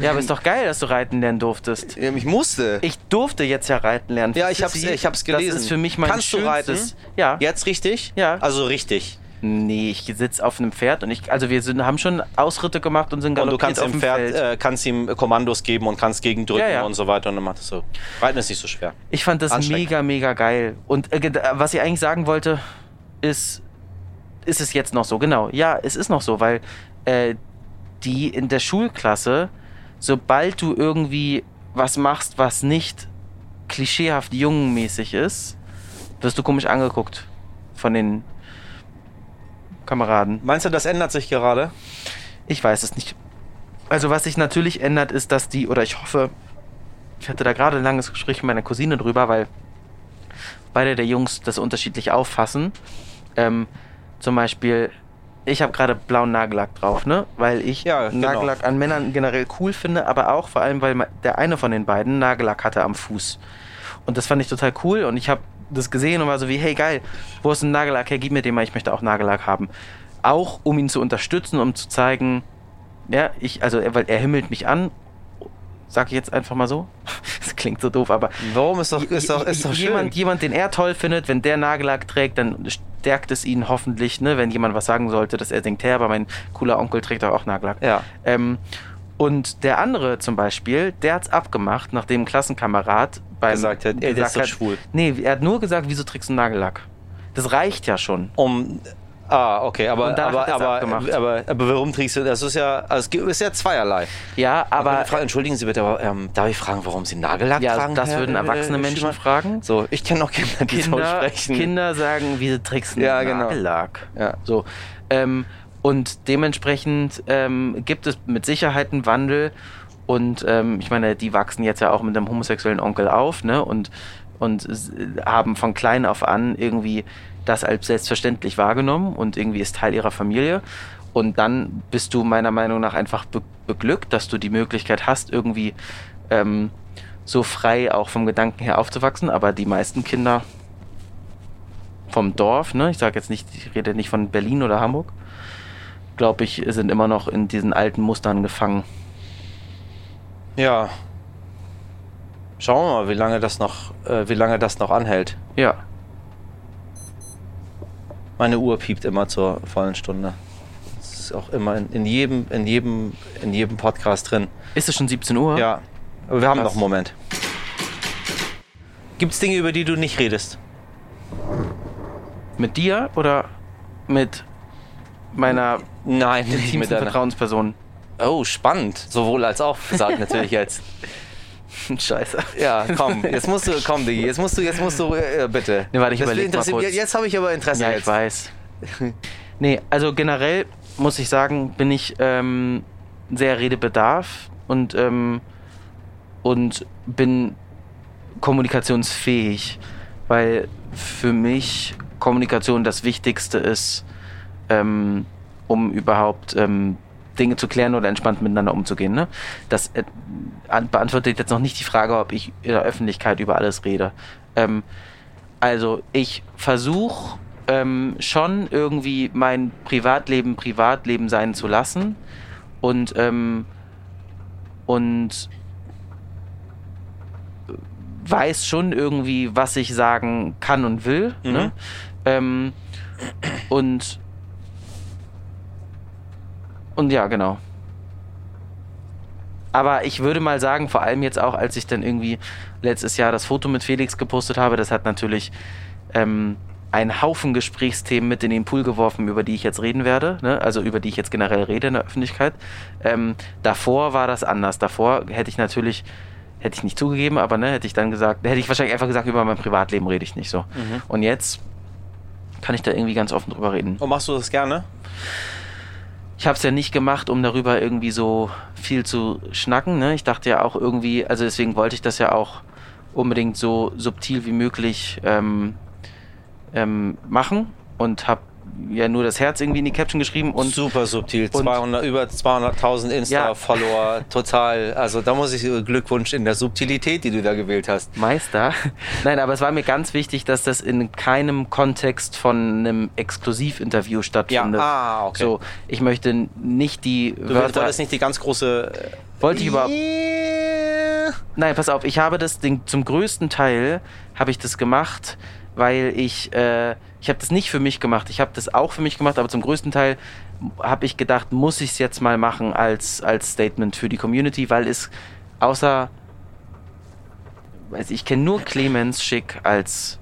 S1: ja, aber ist doch geil, dass du reiten lernen durftest.
S2: Ja, Ich musste.
S1: Ich durfte jetzt ja reiten lernen.
S2: Ja, ich
S1: Für
S2: hab's-
S1: Sie,
S2: ich hab's gelesen.
S1: Das ist für mich mein
S2: Kannst du
S1: schönstes-
S2: reiten?
S1: Ja.
S2: Jetzt richtig?
S1: Ja.
S2: Also richtig.
S1: Nee, ich sitze auf einem Pferd und ich, also wir sind, haben schon Ausritte gemacht und sind
S2: Und
S1: galoppiert
S2: du kannst
S1: auf
S2: dem
S1: dem
S2: Pferd,
S1: Feld.
S2: äh, kannst ihm Kommandos geben und kannst gegendrücken
S1: Ja, ja.
S2: und so weiter und dann macht es so. Reiten ist nicht so schwer.
S1: ich fand das
S2: ansteigend.
S1: mega, mega geil. Und äh, ged- äh, was ich eigentlich sagen wollte, ist, ist es jetzt noch so? Genau, ja, es ist noch so, weil äh, die in der Schulklasse, sobald du irgendwie was machst, was nicht klischeehaft jungenmäßig ist, wirst du komisch angeguckt von den Kameraden.
S2: Meinst du, das ändert sich gerade?
S1: Ich weiß es nicht. Also was sich natürlich ändert, ist, dass die, oder ich hoffe, ich hatte da gerade ein langes Gespräch mit meiner Cousine drüber, weil beide der Jungs das unterschiedlich auffassen. Ähm, zum Beispiel, ich habe gerade blauen Nagellack drauf, ne? Weil ich
S2: Ja, genau.
S1: Nagellack an Männern generell cool finde, aber auch vor allem, weil ma- der eine von den beiden Nagellack hatte am Fuß. Und das fand ich total cool und ich habe das gesehen und war so wie, hey geil, wo ist ein Nagellack her? Gib mir den mal, ich möchte auch Nagellack haben. Auch um ihn zu unterstützen, um zu zeigen, ja, ich, also er, weil er himmelt mich an, sag ich jetzt einfach mal so. Das klingt so doof, aber
S2: Warum ist doch, ist doch, ist doch schön.
S1: jemand, jemand, den er toll findet, wenn der Nagellack trägt, dann stärkt es ihn hoffentlich, ne, wenn jemand was sagen sollte, dass er denkt, hey, aber mein cooler Onkel trägt doch auch Nagellack.
S2: Ja.
S1: Ähm, Und der andere zum Beispiel, der hat's abgemacht, nachdem ein Klassenkamerad beim
S2: Gesagt hat, ey, der ist doch
S1: hat-
S2: schwul.
S1: Nee, er hat nur gesagt, wieso trägst du Nagellack? Das reicht ja schon.
S2: Um. Ah, okay, aber,
S1: Und danach
S2: aber,
S1: hat er's
S2: aber,
S1: abgemacht.
S2: aber, aber, warum trägst du das? Ist ja, also es gibt- ist ja zweierlei.
S1: Ja, aber
S2: Meine Frau, entschuldigen Sie bitte, aber ähm, darf ich fragen, warum Sie Nagellack
S1: ja,
S2: tragen?
S1: das
S2: Herr,
S1: würden
S2: äh,
S1: erwachsene
S2: äh,
S1: Menschen
S2: Schumann?
S1: fragen.
S2: So, ich kenne noch Kinder, die so
S1: Kinder,
S2: sprechen.
S1: Kinder sagen, wieso trägst du
S2: Ja, genau.
S1: Nagellack?
S2: Ja.
S1: So. Ähm, und dementsprechend ähm, gibt es mit Sicherheit einen Wandel. Und ähm, ich meine, die wachsen jetzt ja auch mit einem homosexuellen Onkel auf, ne? Und, und s- haben von klein auf an irgendwie das als selbstverständlich wahrgenommen und irgendwie ist Teil ihrer Familie. Und dann bist du meiner Meinung nach einfach be beglückt, dass du die Möglichkeit hast, irgendwie ähm, so frei auch vom Gedanken her aufzuwachsen. Aber die meisten Kinder vom Dorf, ne? Ich sage jetzt nicht, ich rede nicht von Berlin oder Hamburg. Glaube ich, sind immer noch in diesen alten Mustern gefangen.
S2: Ja. Schauen wir mal, wie lange das noch, äh, wie lange das noch anhält.
S1: Ja.
S2: Meine Uhr piept immer zur vollen Stunde. Das ist auch immer in, in jedem, in jedem, in jedem Podcast drin.
S1: Ist es schon 17 Uhr?
S2: Ja. Aber wir haben
S1: Krass.
S2: noch einen Moment. Gibt's Dinge, über die du nicht redest?
S1: Mit dir oder mit meiner
S2: Nein, nicht
S1: intimsten
S2: mit deiner.
S1: Vertrauensperson?
S2: Oh, spannend. Sowohl als auch, sagt natürlich jetzt.
S1: Scheiße.
S2: Ja, komm, jetzt musst du, komm, Digi, jetzt musst du, jetzt musst du, äh, bitte.
S1: Nee, warte, ich
S2: Das
S1: überleg mal
S2: interessiert-
S1: kurz.
S2: Jetzt, jetzt habe ich aber Interesse
S1: Ja,
S2: jetzt.
S1: ich weiß. Nee, also generell muss ich sagen, bin ich ähm, sehr redebedarf und, ähm, und bin kommunikationsfähig, weil für mich Kommunikation das Wichtigste ist, ähm, um überhaupt ähm, Dinge zu klären oder entspannt miteinander umzugehen. Ne? Das äh, an- beantwortet jetzt noch nicht die Frage, ob ich in der Öffentlichkeit über alles rede. Ähm, also ich versuche ähm, schon irgendwie mein Privatleben Privatleben sein zu lassen und ähm, und weiß schon irgendwie, was ich sagen kann und will.
S2: Mhm.
S1: Ne? Ähm, und und ja, genau. Aber ich würde mal sagen, vor allem jetzt auch, als ich dann irgendwie letztes Jahr das Foto mit Felix gepostet habe, das hat natürlich ähm, einen Haufen Gesprächsthemen mit in den Pool geworfen, über die ich jetzt reden werde, ne? also über die ich jetzt generell rede in der Öffentlichkeit. Ähm, davor war das anders. Davor hätte ich natürlich, hätte ich nicht zugegeben, aber ne, hätte ich dann gesagt, hätte ich wahrscheinlich einfach gesagt, über mein Privatleben rede ich nicht so.
S2: Mhm.
S1: Und jetzt kann ich da irgendwie ganz offen drüber reden.
S2: Und machst du das gerne?
S1: Ich habe es ja nicht gemacht, um darüber irgendwie so viel zu schnacken. Ne? Ich dachte ja auch irgendwie, also deswegen wollte ich das ja auch unbedingt so subtil wie möglich ähm, ähm, machen und habe ja nur das Herz irgendwie in die Caption geschrieben und
S2: Super subtil.
S1: und-
S2: 200, über 200.000 Insta-Follower. Total. Also da muss ich äh, Glückwunsch in der Subtilität, die du da gewählt hast.
S1: Meister. Nein, aber es war mir ganz wichtig, dass das in keinem Kontext von einem Exklusivinterview stattfindet.
S2: ah, okay.
S1: So, ich möchte nicht die
S2: Du willst-
S1: Wörter.
S2: wolltest nicht die ganz große.
S1: Wollte ich überhaupt-
S2: Yeah.
S1: Nein, pass auf, ich habe das Ding zum größten Teil habe ich das gemacht, weil ich äh, ich habe das nicht für mich gemacht. Ich habe das auch für mich gemacht, aber zum größten Teil habe ich gedacht, muss ich es jetzt mal machen als als Statement für die Community, weil es außer weiß ich kenne nur Clemens Schick als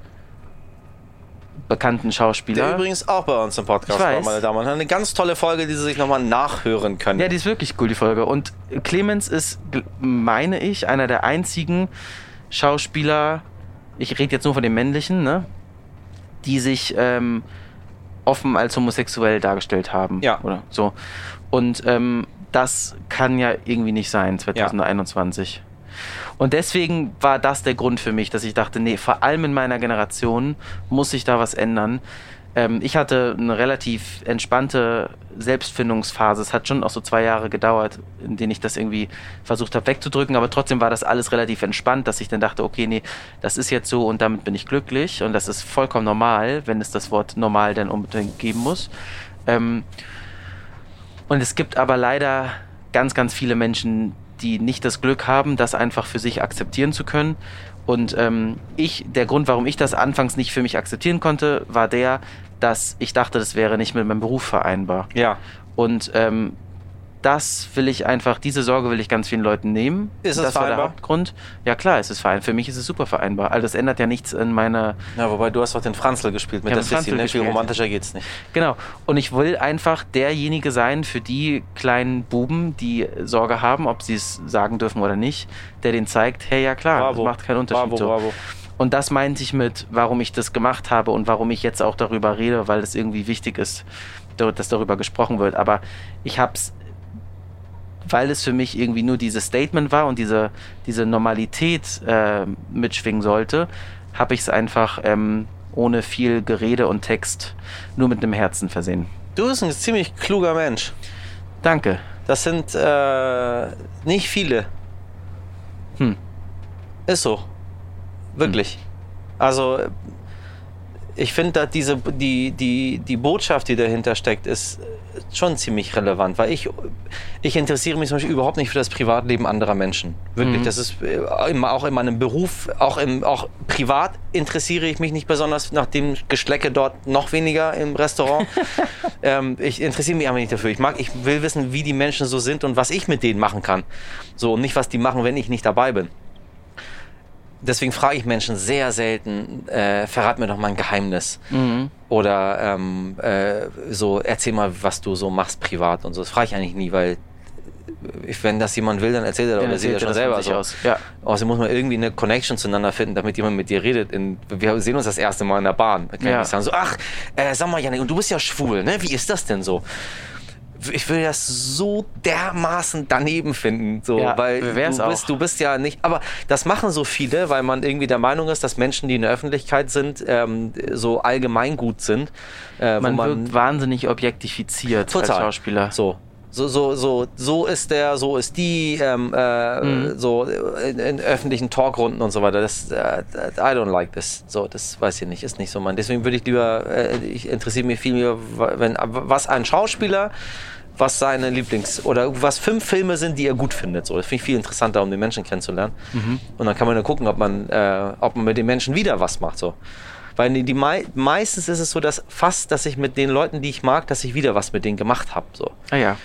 S1: bekannten
S2: Der
S1: Schauspieler.
S2: übrigens auch bei uns im Podcast
S1: Ich
S2: war,
S1: weiß.
S2: meine Damen und Herren. Eine ganz tolle Folge, die Sie sich nochmal nachhören können.
S1: Ja, die ist wirklich cool, die Folge. Und Clemens ist, gl- meine ich, einer der einzigen Schauspieler, ich rede jetzt nur von den männlichen, ne? Die sich ähm, offen als homosexuell dargestellt haben.
S2: Ja.
S1: Oder so. Und ähm, das kann ja irgendwie nicht sein, 2021. Und deswegen war das der Grund für mich, dass ich dachte, nee, vor allem in meiner Generation muss sich da was ändern. Ähm, ich hatte eine relativ entspannte Selbstfindungsphase. Es hat schon auch so zwei Jahre gedauert, in denen ich das irgendwie versucht habe wegzudrücken, aber trotzdem war das alles relativ entspannt, dass ich dann dachte, okay, nee, das ist jetzt so und damit bin ich glücklich und das ist vollkommen normal, wenn es das Wort normal dann unbedingt geben muss. Ähm, und es gibt aber leider ganz, ganz viele Menschen, die nicht das Glück haben, das einfach für sich akzeptieren zu können. Und ähm, ich, der Grund, warum ich das anfangs nicht für mich akzeptieren konnte, war der, dass ich dachte, das wäre nicht mit meinem Beruf vereinbar.
S2: ja.
S1: Und ähm, das will ich einfach, diese Sorge will ich ganz vielen Leuten nehmen.
S2: Ist es
S1: das war der
S2: vereinbar?
S1: Hauptgrund. Ja klar, ist es vereinbar. Für mich ist es super vereinbar. Also das ändert ja nichts in meiner
S2: Ja, wobei du hast doch den Franzl gespielt mit
S1: Ich
S2: der
S1: hab den Franzl
S2: Sissy. Ne? Viel
S1: gespielt.
S2: romantischer geht's nicht.
S1: Genau. Und ich will einfach derjenige sein für die kleinen Buben, die Sorge haben, ob sie es sagen dürfen oder nicht, der denen zeigt, hey, ja klar,
S2: Bravo.
S1: das macht keinen Unterschied.
S2: Bravo,
S1: so.
S2: bravo.
S1: Und das meinte ich mit, warum ich das gemacht habe und warum ich jetzt auch darüber rede, weil es irgendwie wichtig ist, da- dass darüber gesprochen wird. Aber ich hab's, weil es für mich irgendwie nur dieses Statement war und diese, diese Normalität äh, mitschwingen sollte, habe ich es einfach ähm, ohne viel Gerede und Text nur mit einem Herzen versehen.
S2: Du bist ein ziemlich kluger Mensch.
S1: Danke.
S2: Das sind äh, nicht viele.
S1: Hm.
S2: Ist so. Wirklich. Also, ich finde, dass diese, die, die, die Botschaft, die dahinter steckt, ist schon ziemlich relevant, weil ich, ich interessiere mich zum Beispiel überhaupt nicht für das Privatleben anderer Menschen. Wirklich.
S1: Mhm.
S2: Das ist äh, immer- auch in meinem Beruf, auch, im, auch privat interessiere ich mich nicht besonders nach dem Geschlecke dort noch weniger im Restaurant. ähm, ich interessiere mich einfach nicht dafür. Ich mag, ich will wissen, wie die Menschen so sind und was ich mit denen machen kann. So, und nicht, was die machen, wenn ich nicht dabei bin. Deswegen frage ich Menschen sehr selten, äh, verrat mir doch mal ein Geheimnis.
S1: Mhm.
S2: Oder ähm, äh, so, erzähl mal, was du so machst privat und so. Das frage ich eigentlich nie, weil ich, wenn das jemand will, dann erzählt er,
S1: Dann
S2: oder erzählt er
S1: erzählt
S2: schon
S1: er das
S2: selber
S1: von sich aus,
S2: so.
S1: ja.
S2: Außerdem Also muss man irgendwie eine Connection zueinander finden, damit jemand mit dir redet. In, wir sehen uns das erste Mal in der Bahn. Da kann ich
S1: Ja.
S2: nicht sagen so, ach, äh, sag mal, Janik, und du bist ja schwul, ne? Wie ist das denn so? Ich würde das so dermaßen daneben finden, so,
S1: Ja,
S2: weil du
S1: wär's
S2: bist,
S1: auch.
S2: du bist ja nicht. Aber das machen so viele, weil man irgendwie der Meinung ist, dass Menschen, die in der Öffentlichkeit sind, ähm, so allgemeingut sind. Äh,
S1: Also Man,
S2: wo
S1: wirkt wahnsinnig objektifiziert als Schauspieler.
S2: so. So, so, so, so ist der, so ist die, ähm, äh, so äh, in, in öffentlichen Talkrunden und so weiter. Das, äh, I don't like this. So, das weiß ich nicht, ist nicht so mein. Deswegen würde ich lieber, äh, ich interessiere mich viel mehr, wenn, was ein Schauspieler, was seine Lieblings- oder was fünf Filme sind, die er gut findet. So, das finde ich viel interessanter, um den Menschen kennenzulernen. Und dann kann man ja gucken, ob man, äh, ob man mit den Menschen wieder was macht. So. Weil die, die mei meistens ist es so, dass fast, dass ich mit den Leuten, die ich mag, dass ich wieder was mit denen gemacht habe. So.
S1: Ah ja.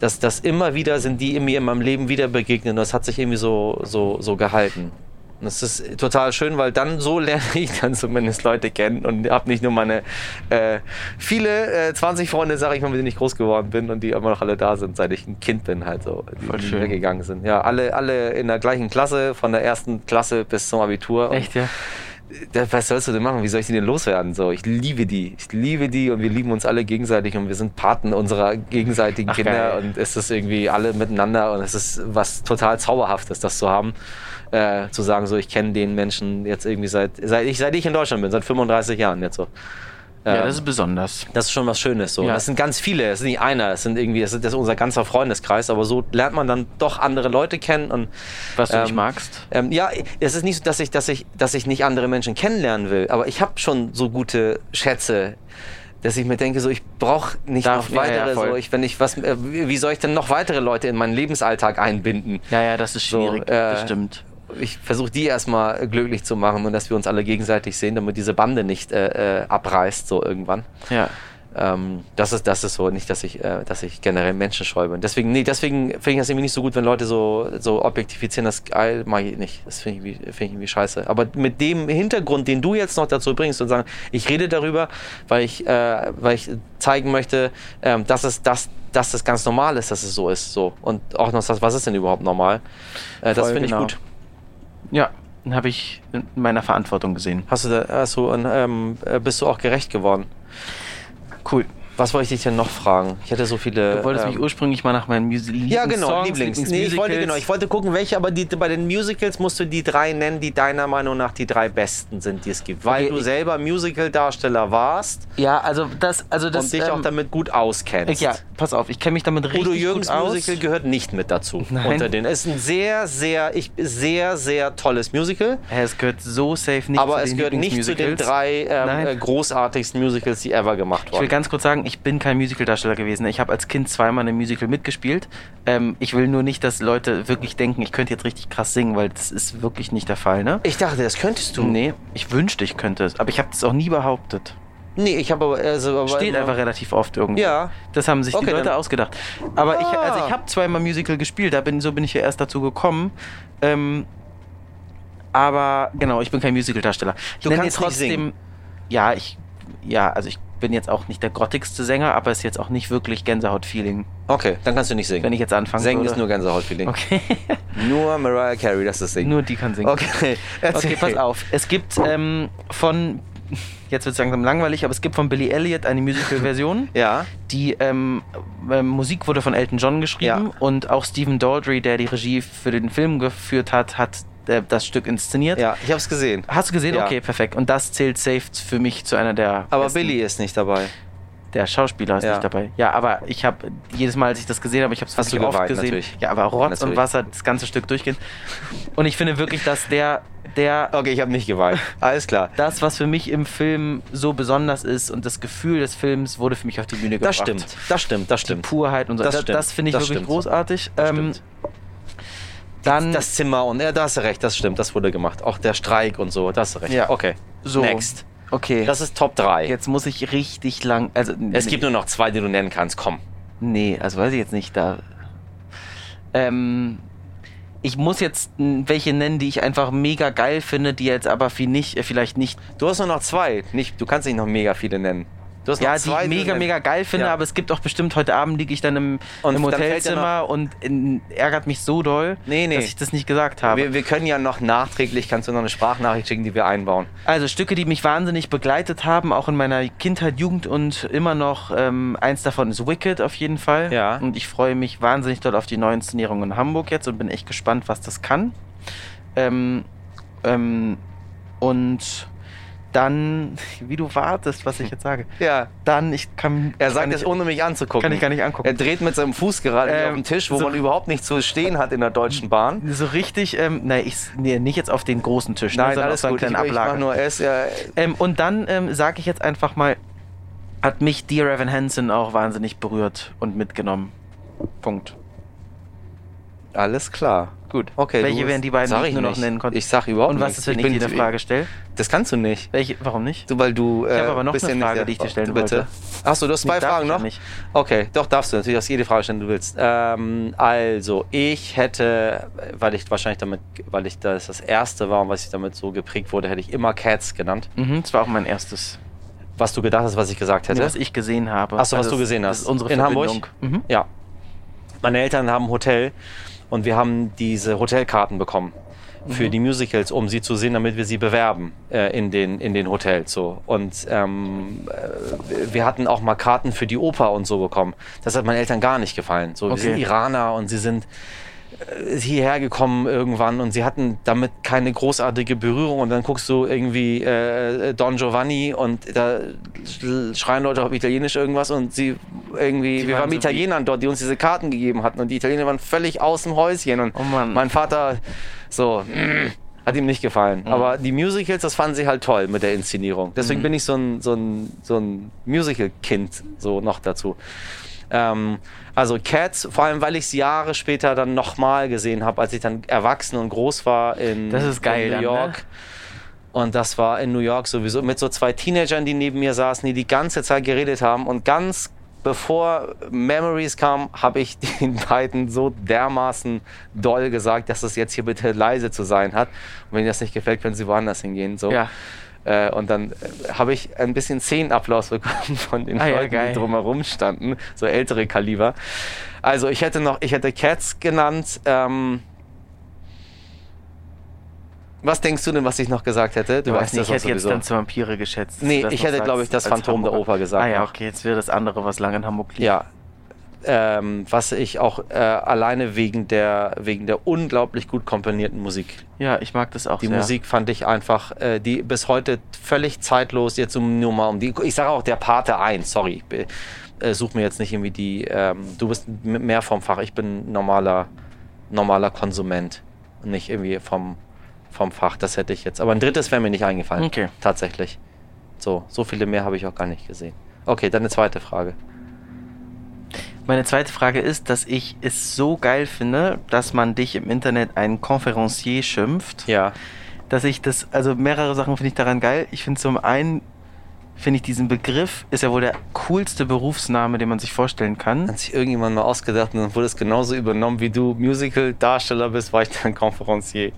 S2: Dass das immer wieder sind, die mir in meinem Leben wieder begegnen. Und das hat sich irgendwie so, so, so gehalten. Und das ist total schön, weil dann so lerne ich dann zumindest Leute kennen und habe nicht nur meine äh, viele äh, 20 Freunde, sage ich mal, mit denen ich groß geworden bin und die immer noch alle da sind, seit ich ein Kind bin halt so, die,
S1: Voll
S2: die
S1: schön.
S2: weggegangen sind. Ja, alle, alle in der gleichen Klasse, von der ersten Klasse bis zum Abitur. Und
S1: Echt, ja.
S2: da- was sollst du denn machen? Wie soll ich die denn loswerden? So, ich liebe die. Ich liebe die und wir lieben uns alle gegenseitig und wir sind Paten unserer gegenseitigen
S1: Ach,
S2: Kinder
S1: geil.
S2: und es ist irgendwie alle miteinander und es ist was total Zauberhaftes, das zu haben. Äh, zu sagen, so, ich kenne den Menschen jetzt irgendwie seit, seit ich, seit ich in Deutschland bin, seit 35 Jahren jetzt so.
S1: Ja,
S2: Ähm,
S1: das ist besonders.
S2: das ist schon was Schönes. So.
S1: Ja.
S2: Das sind ganz viele, das ist nicht einer, das sind irgendwie, das ist, das ist unser ganzer Freundeskreis, aber so lernt man dann doch andere Leute kennen und
S1: Was du
S2: ähm,
S1: nicht magst.
S2: ähm, ja, es ist nicht so, dass ich, dass ich, dass ich nicht andere Menschen kennenlernen will, aber ich habe schon so gute Schätze, dass ich mir denke, so ich brauche nicht
S1: Darf- ja,
S2: noch
S1: ja,
S2: weitere.
S1: voll.
S2: so, ich, wenn ich was, äh, wie soll ich denn noch weitere Leute in meinen Lebensalltag einbinden?
S1: Ja, ja, das ist
S2: So,
S1: schwierig,
S2: äh,
S1: das stimmt.
S2: Ich versuche die erstmal glücklich zu machen und dass wir uns alle gegenseitig sehen, damit diese Bande nicht äh, äh, abreißt so irgendwann.
S1: Ja.
S2: Ähm, das ist, das ist so, nicht, dass ich, äh, dass ich generell menschenscheu bin. Deswegen, nee, deswegen finde ich das irgendwie nicht so gut, wenn Leute so, so objektifizieren, das äh, mag ich nicht. Das finde ich, irgendwie- finde ich irgendwie scheiße. Aber mit dem Hintergrund, den du jetzt noch dazu bringst und sagen, ich rede darüber, weil ich, äh, weil ich zeigen möchte, ähm, dass es, dass, dass es ganz normal ist, dass es so ist. So. Und auch noch das, was ist denn überhaupt normal? Äh, das
S1: Voll
S2: finde
S1: genau.
S2: ich gut.
S1: Ja, dann habe ich in meiner Verantwortung gesehen.
S2: Hast du da, hast du, ähm, äh, bist du auch gerecht geworden?
S1: Cool.
S2: Was wollte ich dich denn noch fragen? Ich hatte so viele.
S1: Du wolltest
S2: ähm,
S1: mich ursprünglich mal nach meinen Musi
S2: Ja, genau,
S1: Songs,
S2: Lieblings.
S1: Lieblings
S2: Nee, ich wollte,
S1: Musicals-
S2: genau, ich wollte gucken, welche, aber die, bei den Musicals musst du die drei nennen, die deiner Meinung nach die drei besten sind, die es gibt. Weil
S1: Okay,
S2: du
S1: ich-
S2: selber Musical-Darsteller warst
S1: ja, also das, also das.
S2: und dich auch
S1: ähm, äh,
S2: damit gut auskennst.
S1: ja, pass auf, ich kenne mich damit richtig
S2: Udo Jürgens
S1: gut aus.
S2: Musical gehört nicht mit dazu.
S1: Nein.
S2: Unter den. Es ist ein sehr, sehr, ich, sehr, sehr tolles Musical.
S1: Hä, es gehört so safe nicht
S2: aber
S1: zu
S2: es
S1: den
S2: gehört nicht zu den
S1: Lieblingsmusicals.
S2: drei ähm,
S1: Nein.
S2: äh, großartigsten Musicals, die ever gemacht
S1: Ich will
S2: wurden.
S1: ganz kurz sagen, ich bin kein Musical-Darsteller gewesen. Ich habe als Kind zweimal in einem Musical mitgespielt. Ähm, ich will nur nicht, dass Leute wirklich denken, ich könnte jetzt richtig krass singen, weil das ist wirklich nicht der Fall, ne?
S2: Ich dachte, das könntest du.
S1: Nee, ich wünschte, ich könnte es, aber ich habe das auch nie behauptet.
S2: Nee, ich habe aber. Also, aber
S1: Steht
S2: immer-
S1: einfach relativ oft irgendwo.
S2: Ja.
S1: Das haben sich
S2: Okay,
S1: die Leute
S2: dann-
S1: ausgedacht. Aber ich,
S2: Ah.
S1: also ich habe zweimal Musical gespielt, da bin, so bin ich ja erst dazu gekommen. Ähm, aber genau, ich bin kein Musical-Darsteller. Ich
S2: Du
S1: nenn
S2: kannst
S1: dir
S2: nicht singen.
S1: Ja, ich, ja, also ich bin jetzt auch nicht der grottigste Sänger, aber es ist jetzt auch nicht wirklich Gänsehaut-Feeling,
S2: Okay, dann kannst du nicht singen.
S1: wenn ich jetzt anfangen
S2: Singen
S1: würde.
S2: ist nur Gänsehautfeeling.
S1: Okay,
S2: Nur Mariah Carey, das ist Singen.
S1: nur die kann singen.
S2: okay,
S1: Okay,
S2: erzähl.
S1: pass auf. Es gibt ähm, von, jetzt wird es langsam langweilig, aber es gibt von Billy Elliot eine Musical-Version.
S2: Ja,
S1: Die ähm, ähm, Musik wurde von Elton John geschrieben
S2: Ja.
S1: und auch Stephen Daldry, der die Regie für den Film geführt hat, hat äh, das Stück inszeniert.
S2: ja, ich hab's gesehen.
S1: Hast du gesehen?
S2: Ja.
S1: Okay, perfekt. Und das zählt safe für mich zu einer der.
S2: Aber
S1: besten.
S2: Billy ist nicht dabei.
S1: Der Schauspieler ist
S2: Ja.
S1: nicht dabei. Ja, aber ich habe jedes Mal, als ich das gesehen habe, ich habe es
S2: Hast
S1: wirklich
S2: du
S1: oft
S2: geweint,
S1: gesehen.
S2: natürlich.
S1: Ja, aber Rotz und
S2: Natürlich.
S1: Wasser das ganze Stück durchgehend. Und ich finde wirklich, dass der, der
S2: Okay, ich habe nicht geweint. Alles klar.
S1: das, was für mich im Film so besonders ist und das Gefühl des Films wurde für mich auf die Bühne gebracht.
S2: Das stimmt, das stimmt, das stimmt.
S1: Purheit und so.
S2: Das
S1: Das,
S2: stimmt.
S1: das finde ich
S2: Das
S1: wirklich
S2: stimmt.
S1: großartig.
S2: Das
S1: ähm,
S2: stimmt.
S1: dann
S2: Das Zimmer und ja, da hast du recht, das stimmt, das wurde gemacht. Auch der Streik und so, da hast du recht.
S1: Ja.
S2: Okay.
S1: so.
S2: Next.
S1: Okay.
S2: Das ist Top 3.
S1: jetzt muss ich richtig lang. Also
S2: Es
S1: nee,
S2: gibt nur noch zwei, die du nennen kannst. Komm.
S1: nee, also weiß ich jetzt nicht da. Ähm, ich muss jetzt n, welche nennen, die ich einfach mega geil finde, die jetzt aber viel nicht, äh, vielleicht nicht,
S2: Du hast nur noch zwei. Nicht, du kannst nicht noch mega viele nennen. Du hast
S1: ja,
S2: noch
S1: die
S2: zwei,
S1: ich mega,
S2: du
S1: mega
S2: nennen-
S1: geil finde,
S2: Ja.
S1: aber es gibt auch bestimmt, heute Abend liege ich dann im,
S2: Und
S1: im
S2: dann fällt dir
S1: Hotelzimmer und in, ärgert mich so doll,
S2: Nee, nee.
S1: dass ich das nicht gesagt habe.
S2: Wir, wir können ja noch nachträglich, kannst du noch eine Sprachnachricht schicken, die wir einbauen.
S1: Also Stücke, die mich wahnsinnig begleitet haben, auch in meiner Kindheit, Jugend und immer noch. Ähm, eins davon ist Wicked auf jeden Fall.
S2: Ja.
S1: Und ich freue mich wahnsinnig doll auf die neuen Inszenierungen in Hamburg jetzt und bin echt gespannt, was das kann. Ähm, ähm, und dann, wie du wartest, was ich jetzt sage.
S2: Ja.
S1: Dann, ich kann.
S2: Er sagt
S1: kann
S2: es,
S1: ich,
S2: ohne mich anzugucken.
S1: Kann ich gar nicht
S2: Er
S1: angucken.
S2: dreht mit seinem Fuß gerade hier
S1: Ähm,
S2: auf den Tisch, wo
S1: so- Mhm.
S2: man überhaupt nicht zu stehen hat in der Deutschen Bahn.
S1: so richtig, ähm, nein, ich, nee, nicht jetzt auf den großen Tisch, ne,
S2: Nein,
S1: sondern auf
S2: alles
S1: so einen
S2: gut. Ich, ich
S1: kleinen
S2: mach
S1: Ablager.
S2: nur S. Ja,
S1: Ähm, und dann ähm, sage ich jetzt einfach mal, hat mich Dear Evan Hansen auch wahnsinnig berührt und mitgenommen. Punkt.
S2: alles klar. Gut. Okay.
S1: Welche
S2: du-
S1: wären die beiden,
S2: sag
S1: die ich
S2: ich
S1: nur noch
S2: nicht.
S1: nennen konnte?
S2: Ich sag überhaupt
S1: und was
S2: nichts.
S1: ist, wenn ich,
S2: bin-
S1: dir eine Frage stelle?
S2: Das kannst du nicht.
S1: Welche, warum nicht?
S2: Du, weil du. äh,
S1: Ich hab aber noch
S2: bist
S1: eine
S2: ja nicht
S1: Frage,
S2: der-
S1: die ich dir stellen
S2: Bitte.
S1: wollte.
S2: Achso, du hast
S1: Nee,
S2: zwei
S1: darf
S2: Fragen
S1: ich ja
S2: noch?
S1: nicht.
S2: Okay, doch darfst du natürlich hast jede Frage stellen, die du willst. Ähm, also, ich hätte, weil ich wahrscheinlich damit, weil ich das das erste war und was ich damit so geprägt wurde, hätte ich immer Cats genannt.
S1: Mhm, das war auch mein erstes,
S2: Was du gedacht hast, was ich gesagt hätte.
S1: was ich gesehen habe.
S2: Achso, was
S1: Also
S2: du
S1: das-
S2: gesehen
S1: das
S2: hast.
S1: Ist unsere
S2: In
S1: Verbindung.
S2: Hamburg?
S1: Mhm.
S2: Ja. Meine Eltern haben ein Hotel und wir haben diese Hotelkarten bekommen für
S1: Mhm.
S2: die Musicals, um sie zu sehen, damit wir sie bewerben äh, in, den, in den Hotels. So. Und ähm, äh, wir hatten auch mal Karten für die Oper und so bekommen. Das hat meinen Eltern gar nicht gefallen. So,
S1: Okay.
S2: Wir sind Iraner und sie sind ist hierher gekommen irgendwann und sie hatten damit keine großartige Berührung und dann guckst du irgendwie äh, Don Giovanni und da sch- schreien Leute auf Italienisch irgendwas und sie irgendwie,
S1: Die
S2: wir
S1: waren
S2: waren
S1: so
S2: mit Italienern dort, die uns diese Karten gegeben hatten und die Italiener waren völlig aus dem Häuschen und
S1: Oh Mann.
S2: mein Vater so mm, hat ihm nicht gefallen.
S1: Mhm.
S2: Aber die Musicals, das fanden sie halt toll mit der Inszenierung. Deswegen bin ich so ein, so ein, so ein Musical-Kind so noch dazu. Ähm, also Cats, vor allem weil ich es Jahre später dann nochmal gesehen habe, als ich dann erwachsen und groß war in,
S1: Das ist geil
S2: in
S1: dann, ne?
S2: New York. Und das war in New York sowieso mit so zwei Teenagern, die neben mir saßen, die die ganze Zeit geredet haben. Und ganz bevor Memories kam, habe ich den beiden so dermaßen doll gesagt, dass es jetzt hier bitte leise zu sein hat. Und wenn ihnen das nicht gefällt, können sie woanders hingehen. So.
S1: Ja.
S2: Äh, und dann äh, habe ich ein bisschen Szenenapplaus bekommen von den
S1: Ah ja,
S2: Leuten,
S1: geil.
S2: die drumherum standen, so ältere Kaliber. Also ich hätte noch, ich hätte Cats genannt. Ähm, was denkst du denn, was ich noch gesagt hätte? Du
S1: Ich
S2: weißt
S1: weiß nicht,
S2: das
S1: ich hätte
S2: doch
S1: jetzt
S2: sowieso.
S1: dann zu Vampire geschätzt. dass
S2: Nee,
S1: du das
S2: ich
S1: noch
S2: hätte,
S1: sagst,
S2: glaube ich, das
S1: als
S2: Phantom der
S1: Hamburg.
S2: Oper gesagt
S1: Ah ja,
S2: noch.
S1: okay, jetzt wäre das andere, was lange in Hamburg liegt.
S2: Ja. Ähm, was ich auch äh, alleine wegen der, wegen der unglaublich gut komponierten Musik.
S1: ja ich mag das auch
S2: Die
S1: sehr.
S2: Musik fand ich einfach, äh, die bis heute völlig zeitlos, jetzt um nur mal um die. Ich sage auch der Pate 1, sorry. Ich be- äh, such mir jetzt nicht irgendwie die. Ähm, du bist m- mehr vom Fach, ich bin normaler, normaler Konsument. Und nicht irgendwie vom, vom Fach, das hätte ich jetzt. Aber ein drittes wäre mir nicht eingefallen.
S1: Okay.
S2: Tatsächlich. So, so viele mehr habe ich auch gar nicht gesehen. Okay, dann eine zweite Frage.
S1: Meine zweite Frage ist, dass ich es so geil finde, dass man dich im Internet einen Conferencier schimpft,
S2: Ja.
S1: dass ich das, also mehrere Sachen finde ich daran geil. Ich finde zum einen finde ich diesen Begriff, ist ja wohl der coolste Berufsname, den man sich vorstellen kann.
S2: Hat sich irgendjemand mal ausgedacht und dann wurde es genauso übernommen, wie du Musical-Darsteller bist, war ich dann Konferencier.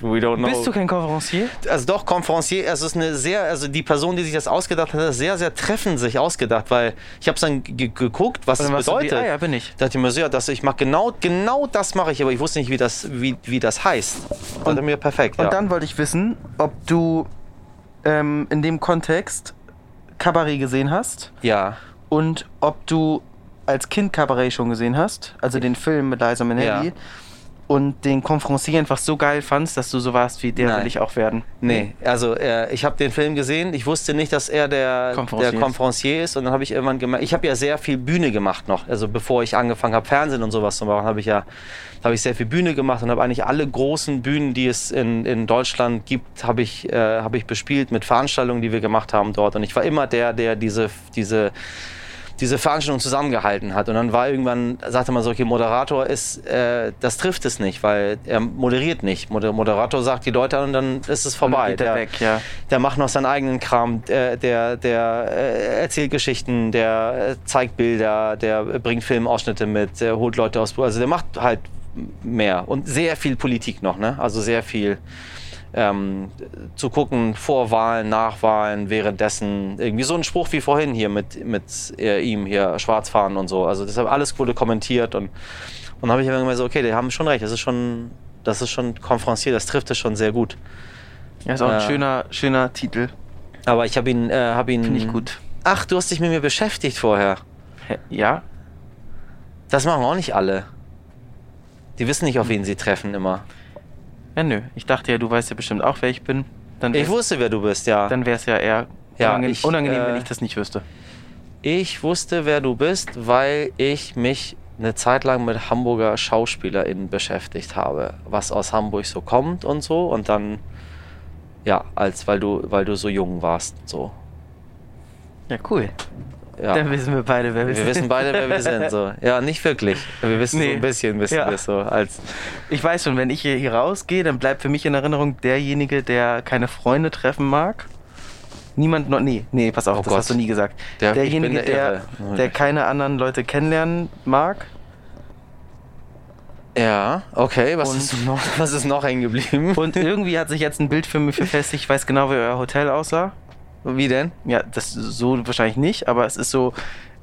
S2: We don't know.
S1: Bist du kein Konferencier?
S2: also doch, Konferencier, also es ist eine sehr, also die Person, die sich das ausgedacht hat, hat das sehr, sehr treffend sich ausgedacht, weil ich habe dann ge geguckt, was
S1: Oder
S2: es
S1: warst du die-
S2: bedeutet.
S1: Ah ja, bin ich.
S2: Da dachte ich mir so, ja, das, ich mache genau, genau das mache ich, aber ich wusste nicht, wie das, wie, wie das heißt. Und, dachte mir perfekt.
S1: Und
S2: ja.
S1: dann wollte ich wissen, ob du ähm, in dem Kontext Kabarett gesehen hast
S2: ja.
S1: und ob du als Kind Kabarett schon gesehen hast, also den Film mit Liza Minnelli
S2: Ja.
S1: und den Konferencier einfach so geil fandst, dass du so warst wie der
S2: Nein.
S1: will ich auch werden.
S2: Nee, also äh, ich habe den Film gesehen. Ich wusste nicht, dass er der
S1: Konferencier
S2: Konferencier, der Konferencier ist. Und dann habe ich irgendwann gemerkt, ich habe ja sehr viel Bühne gemacht noch. Also bevor ich angefangen habe, Fernsehen und sowas zu machen, habe ich ja habe ich sehr viel Bühne gemacht und habe eigentlich alle großen Bühnen, die es in, in Deutschland gibt, habe ich, äh, habe ich bespielt mit Veranstaltungen, die wir gemacht haben dort. Und ich war immer der, der diese, diese diese Veranstaltung zusammengehalten hat. Und dann war irgendwann, sagte man so, okay, Moderator ist, äh, das trifft es nicht, weil er moderiert nicht. Moder Moderator sagt die Leute an und dann ist es vorbei.
S1: geht er
S2: der,
S1: weg, ja.
S2: der macht noch seinen eigenen Kram, der, der, der äh, erzählt Geschichten, der äh, zeigt Bilder, der bringt Filmausschnitte mit, der holt Leute aus, also der macht halt mehr und sehr viel Politik noch, ne? Also sehr viel ähm, zu gucken, Vorwahlen, Nachwahlen, währenddessen. Irgendwie so ein Spruch wie vorhin hier mit, mit äh, ihm hier, Schwarzfahren und so. Also deshalb alles wurde kommentiert und, und habe ich immer gemerkt, so, okay, die haben schon recht, das ist schon, das ist schon konferenziert, das trifft es schon sehr gut.
S1: Ja, ist auch ein
S2: Ja.
S1: schöner, schöner Titel.
S2: Aber ich habe ihn, äh, habe ihn.
S1: Finde ich gut.
S2: Ach, du hast dich mit mir beschäftigt vorher.
S1: Hä, Ja?
S2: Das machen auch nicht alle. Die wissen nicht, auf wen sie treffen immer.
S1: Ja, nö. Ich dachte ja, du weißt ja bestimmt auch, wer ich bin. Dann
S2: Ich
S1: wär's,
S2: wusste, wer du bist, ja.
S1: dann wär's ja eher
S2: Ja,
S1: unangenehm,
S2: ich,
S1: unangenehm wenn
S2: äh,
S1: ich das nicht wüsste.
S2: Ich wusste, wer du bist, weil ich mich eine Zeit lang mit Hamburger SchauspielerInnen beschäftigt habe, was aus Hamburg so kommt und so. Und dann, ja, als weil du, weil du so jung warst, so.
S1: Ja, cool. Dann
S2: Ja.
S1: wissen wir beide, wer
S2: Wir
S1: sind.
S2: wissen beide, wer wir sind, so. Ja, nicht wirklich. Wir wissen
S1: Nee.
S2: so ein bisschen, wissen
S1: Ja.
S2: wir so. Als,
S1: Ich weiß schon, wenn ich hier, hier rausgehe, dann bleibt für mich in Erinnerung derjenige, der keine Freunde treffen mag. Niemand noch. Nee, nee, pass auf,
S2: Oh
S1: das
S2: Gott.
S1: hast du nie gesagt.
S2: Der- ich
S1: derjenige,
S2: bin
S1: der,
S2: der
S1: der,
S2: Irre.
S1: keine anderen Leute kennenlernen mag.
S2: ja, okay, was
S1: Und-
S2: ist noch, was ist noch hängen geblieben?
S1: Und irgendwie hat sich jetzt ein Bild für mich verfestigt. Ich weiß genau, wie euer Hotel aussah.
S2: Wie denn?
S1: Ja, das so wahrscheinlich nicht, aber es ist so,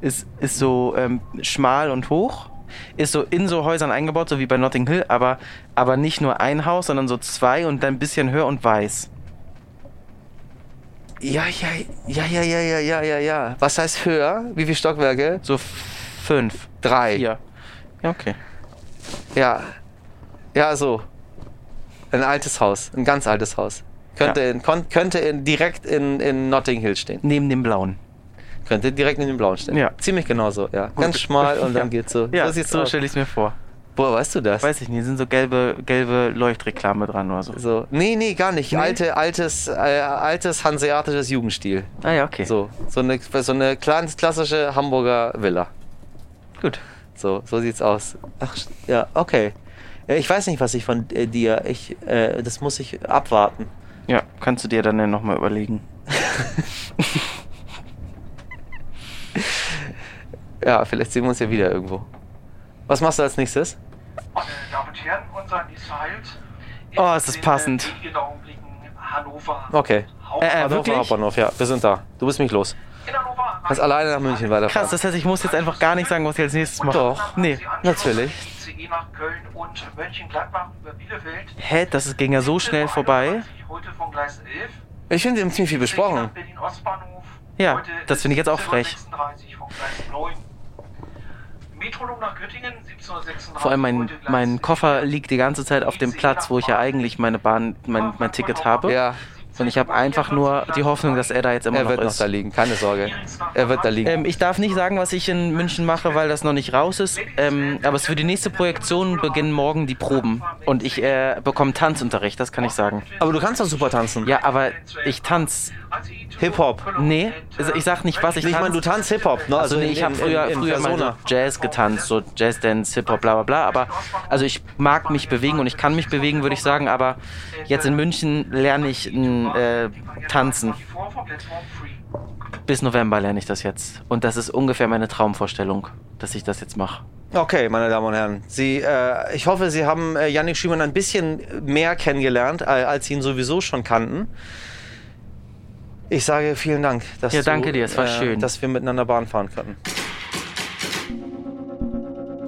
S1: es ist so ähm, schmal und hoch. Ist so in so Häusern eingebaut, so wie bei Notting Hill, aber, aber nicht nur ein Haus, sondern so zwei und dann ein bisschen höher und weiß.
S2: Ja, ja, ja, ja, ja, ja, ja, ja, ja. Was heißt höher? Wie viele Stockwerke?
S1: So f- fünf.
S2: Drei.
S1: Ja. Ja, okay.
S2: Ja. Ja, so. Ein altes Haus, ein ganz altes Haus. Könnte,
S1: Ja.
S2: in, kon, könnte in, direkt in, in Notting Hill stehen.
S1: Neben dem blauen.
S2: Könnte direkt in dem Blauen stehen.
S1: Ja.
S2: Ziemlich genau so, ja. Ganz schmal und dann geht's so.
S1: Ja, genau.
S2: so sieht's
S1: so
S2: aus.
S1: stelle ich es mir vor.
S2: Boah, weißt du das?
S1: Weiß ich nicht, sind so gelbe, gelbe Leuchtreklame dran oder so.
S2: so. Nee, nee, gar nicht.
S1: Nee?
S2: Alte, altes, äh, altes hanseatisches Jugendstil.
S1: Ah ja, okay.
S2: So, so eine, so eine ganz klassische Hamburger Villa.
S1: Gut.
S2: So, so sieht's aus. Ach, ja, okay. Ja, Ich weiß nicht, was ich von äh, dir, ich, äh, das muss ich abwarten.
S1: Ja, kannst du dir dann ja nochmal überlegen.
S2: Ja, vielleicht sehen wir uns ja wieder irgendwo. Was machst du als nächstes?
S4: Meine Damen und Herren, unser nächster Halt.
S1: Oh, es ist passend.
S4: In wenigen Augenblicken Hannover.
S2: Okay. Also,
S1: Äh, äh,
S4: Hauptbahnhof.
S1: wirklich?
S2: Hauptbahnhof, ja, wir sind da. Du bist mich los.
S4: In Hannover.
S2: Kannst alleine nach München weiterfahren.
S1: Krass, das heißt, ich muss jetzt einfach gar nicht sagen, was ich als nächstes mache.
S2: Doch.
S1: Nee.
S2: natürlich.
S4: CE eh nach Köln und Mönchengladbach über Bielefeld.
S1: Hä, das ging ja so schnell vorbei.
S4: Heute von Gleis 11.
S2: Ich finde, wir haben ziemlich viel besprochen.
S4: Berlin Ostbahnhof.
S1: Ja,
S4: Heute
S1: das finde ich jetzt auch frech.
S4: 17.36 von Gleis 9. Metrolog nach Göttingen, 17.36
S1: Vor allem mein,
S4: heute Gleis
S1: mein
S4: 11.
S1: Koffer liegt die ganze Zeit auf dem Platz, wo ich ja eigentlich meine Bahn, mein, mein Ticket habe.
S2: Ja.
S1: Und ich habe einfach nur die Hoffnung, dass er da jetzt immer
S2: Er wird
S1: noch
S2: noch
S1: ist.
S2: da liegen, keine Sorge. Er wird da liegen.
S1: Ähm, ich darf nicht sagen, was ich in München mache, weil das noch nicht raus ist. Ähm, aber es für die nächste Projektion beginnen morgen die Proben. Und ich äh, bekomme Tanzunterricht, das kann ich sagen.
S2: Aber du kannst doch super tanzen.
S1: Ja, aber ich tanz.
S2: Hip-Hop.
S1: Nee,
S4: äh,
S1: also ich sag nicht, was ich
S2: Ich
S1: tanze.
S2: meine, du tanzt Hip-Hop, ne?
S1: Also nee,
S2: in-
S1: ich habe
S2: in-
S1: früher,
S2: in- in
S1: früher mal so
S2: Persona.
S1: Jazz getanzt, so Jazz, Dance, Hip-Hop, bla bla bla. Aber also ich mag mich bewegen und ich kann mich bewegen, würde ich sagen. Aber jetzt in München lerne ich äh, tanzen. äh, Bis November lerne ich das jetzt. Und das ist ungefähr meine Traumvorstellung, dass ich das jetzt mache.
S2: Okay, meine Damen und Herren, Sie, äh, ich hoffe, Sie haben äh, Yannick Schümann ein bisschen mehr kennengelernt, äh, als Sie ihn sowieso schon kannten. Ich sage vielen Dank, dass,
S1: Ja, danke dir, es war
S2: äh,
S1: schön.
S2: dass wir miteinander Bahn fahren konnten.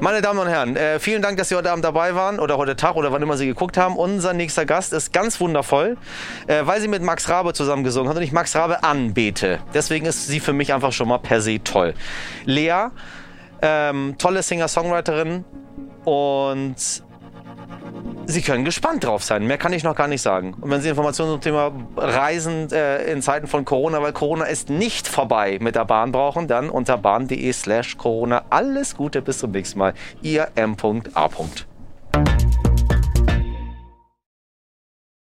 S2: Meine Damen und Herren, äh, vielen Dank, dass Sie heute Abend dabei waren oder heute Tag oder wann immer Sie geguckt haben. Unser nächster Gast ist ganz wundervoll, äh, weil sie mit Max Rabe zusammen gesungen hat und ich Max Rabe anbete. Deswegen ist sie für mich einfach schon mal per se toll. Lea, ähm, tolle Singer-Songwriterin und Sie können gespannt drauf sein. Mehr kann ich noch gar nicht sagen. Und wenn Sie Informationen zum Thema Reisen äh, in Zeiten von Corona, weil Corona ist nicht vorbei mit der Bahn brauchen, dann unter bahn.de slash Corona. Alles Gute, bis zum nächsten Mal. Ihr M.A.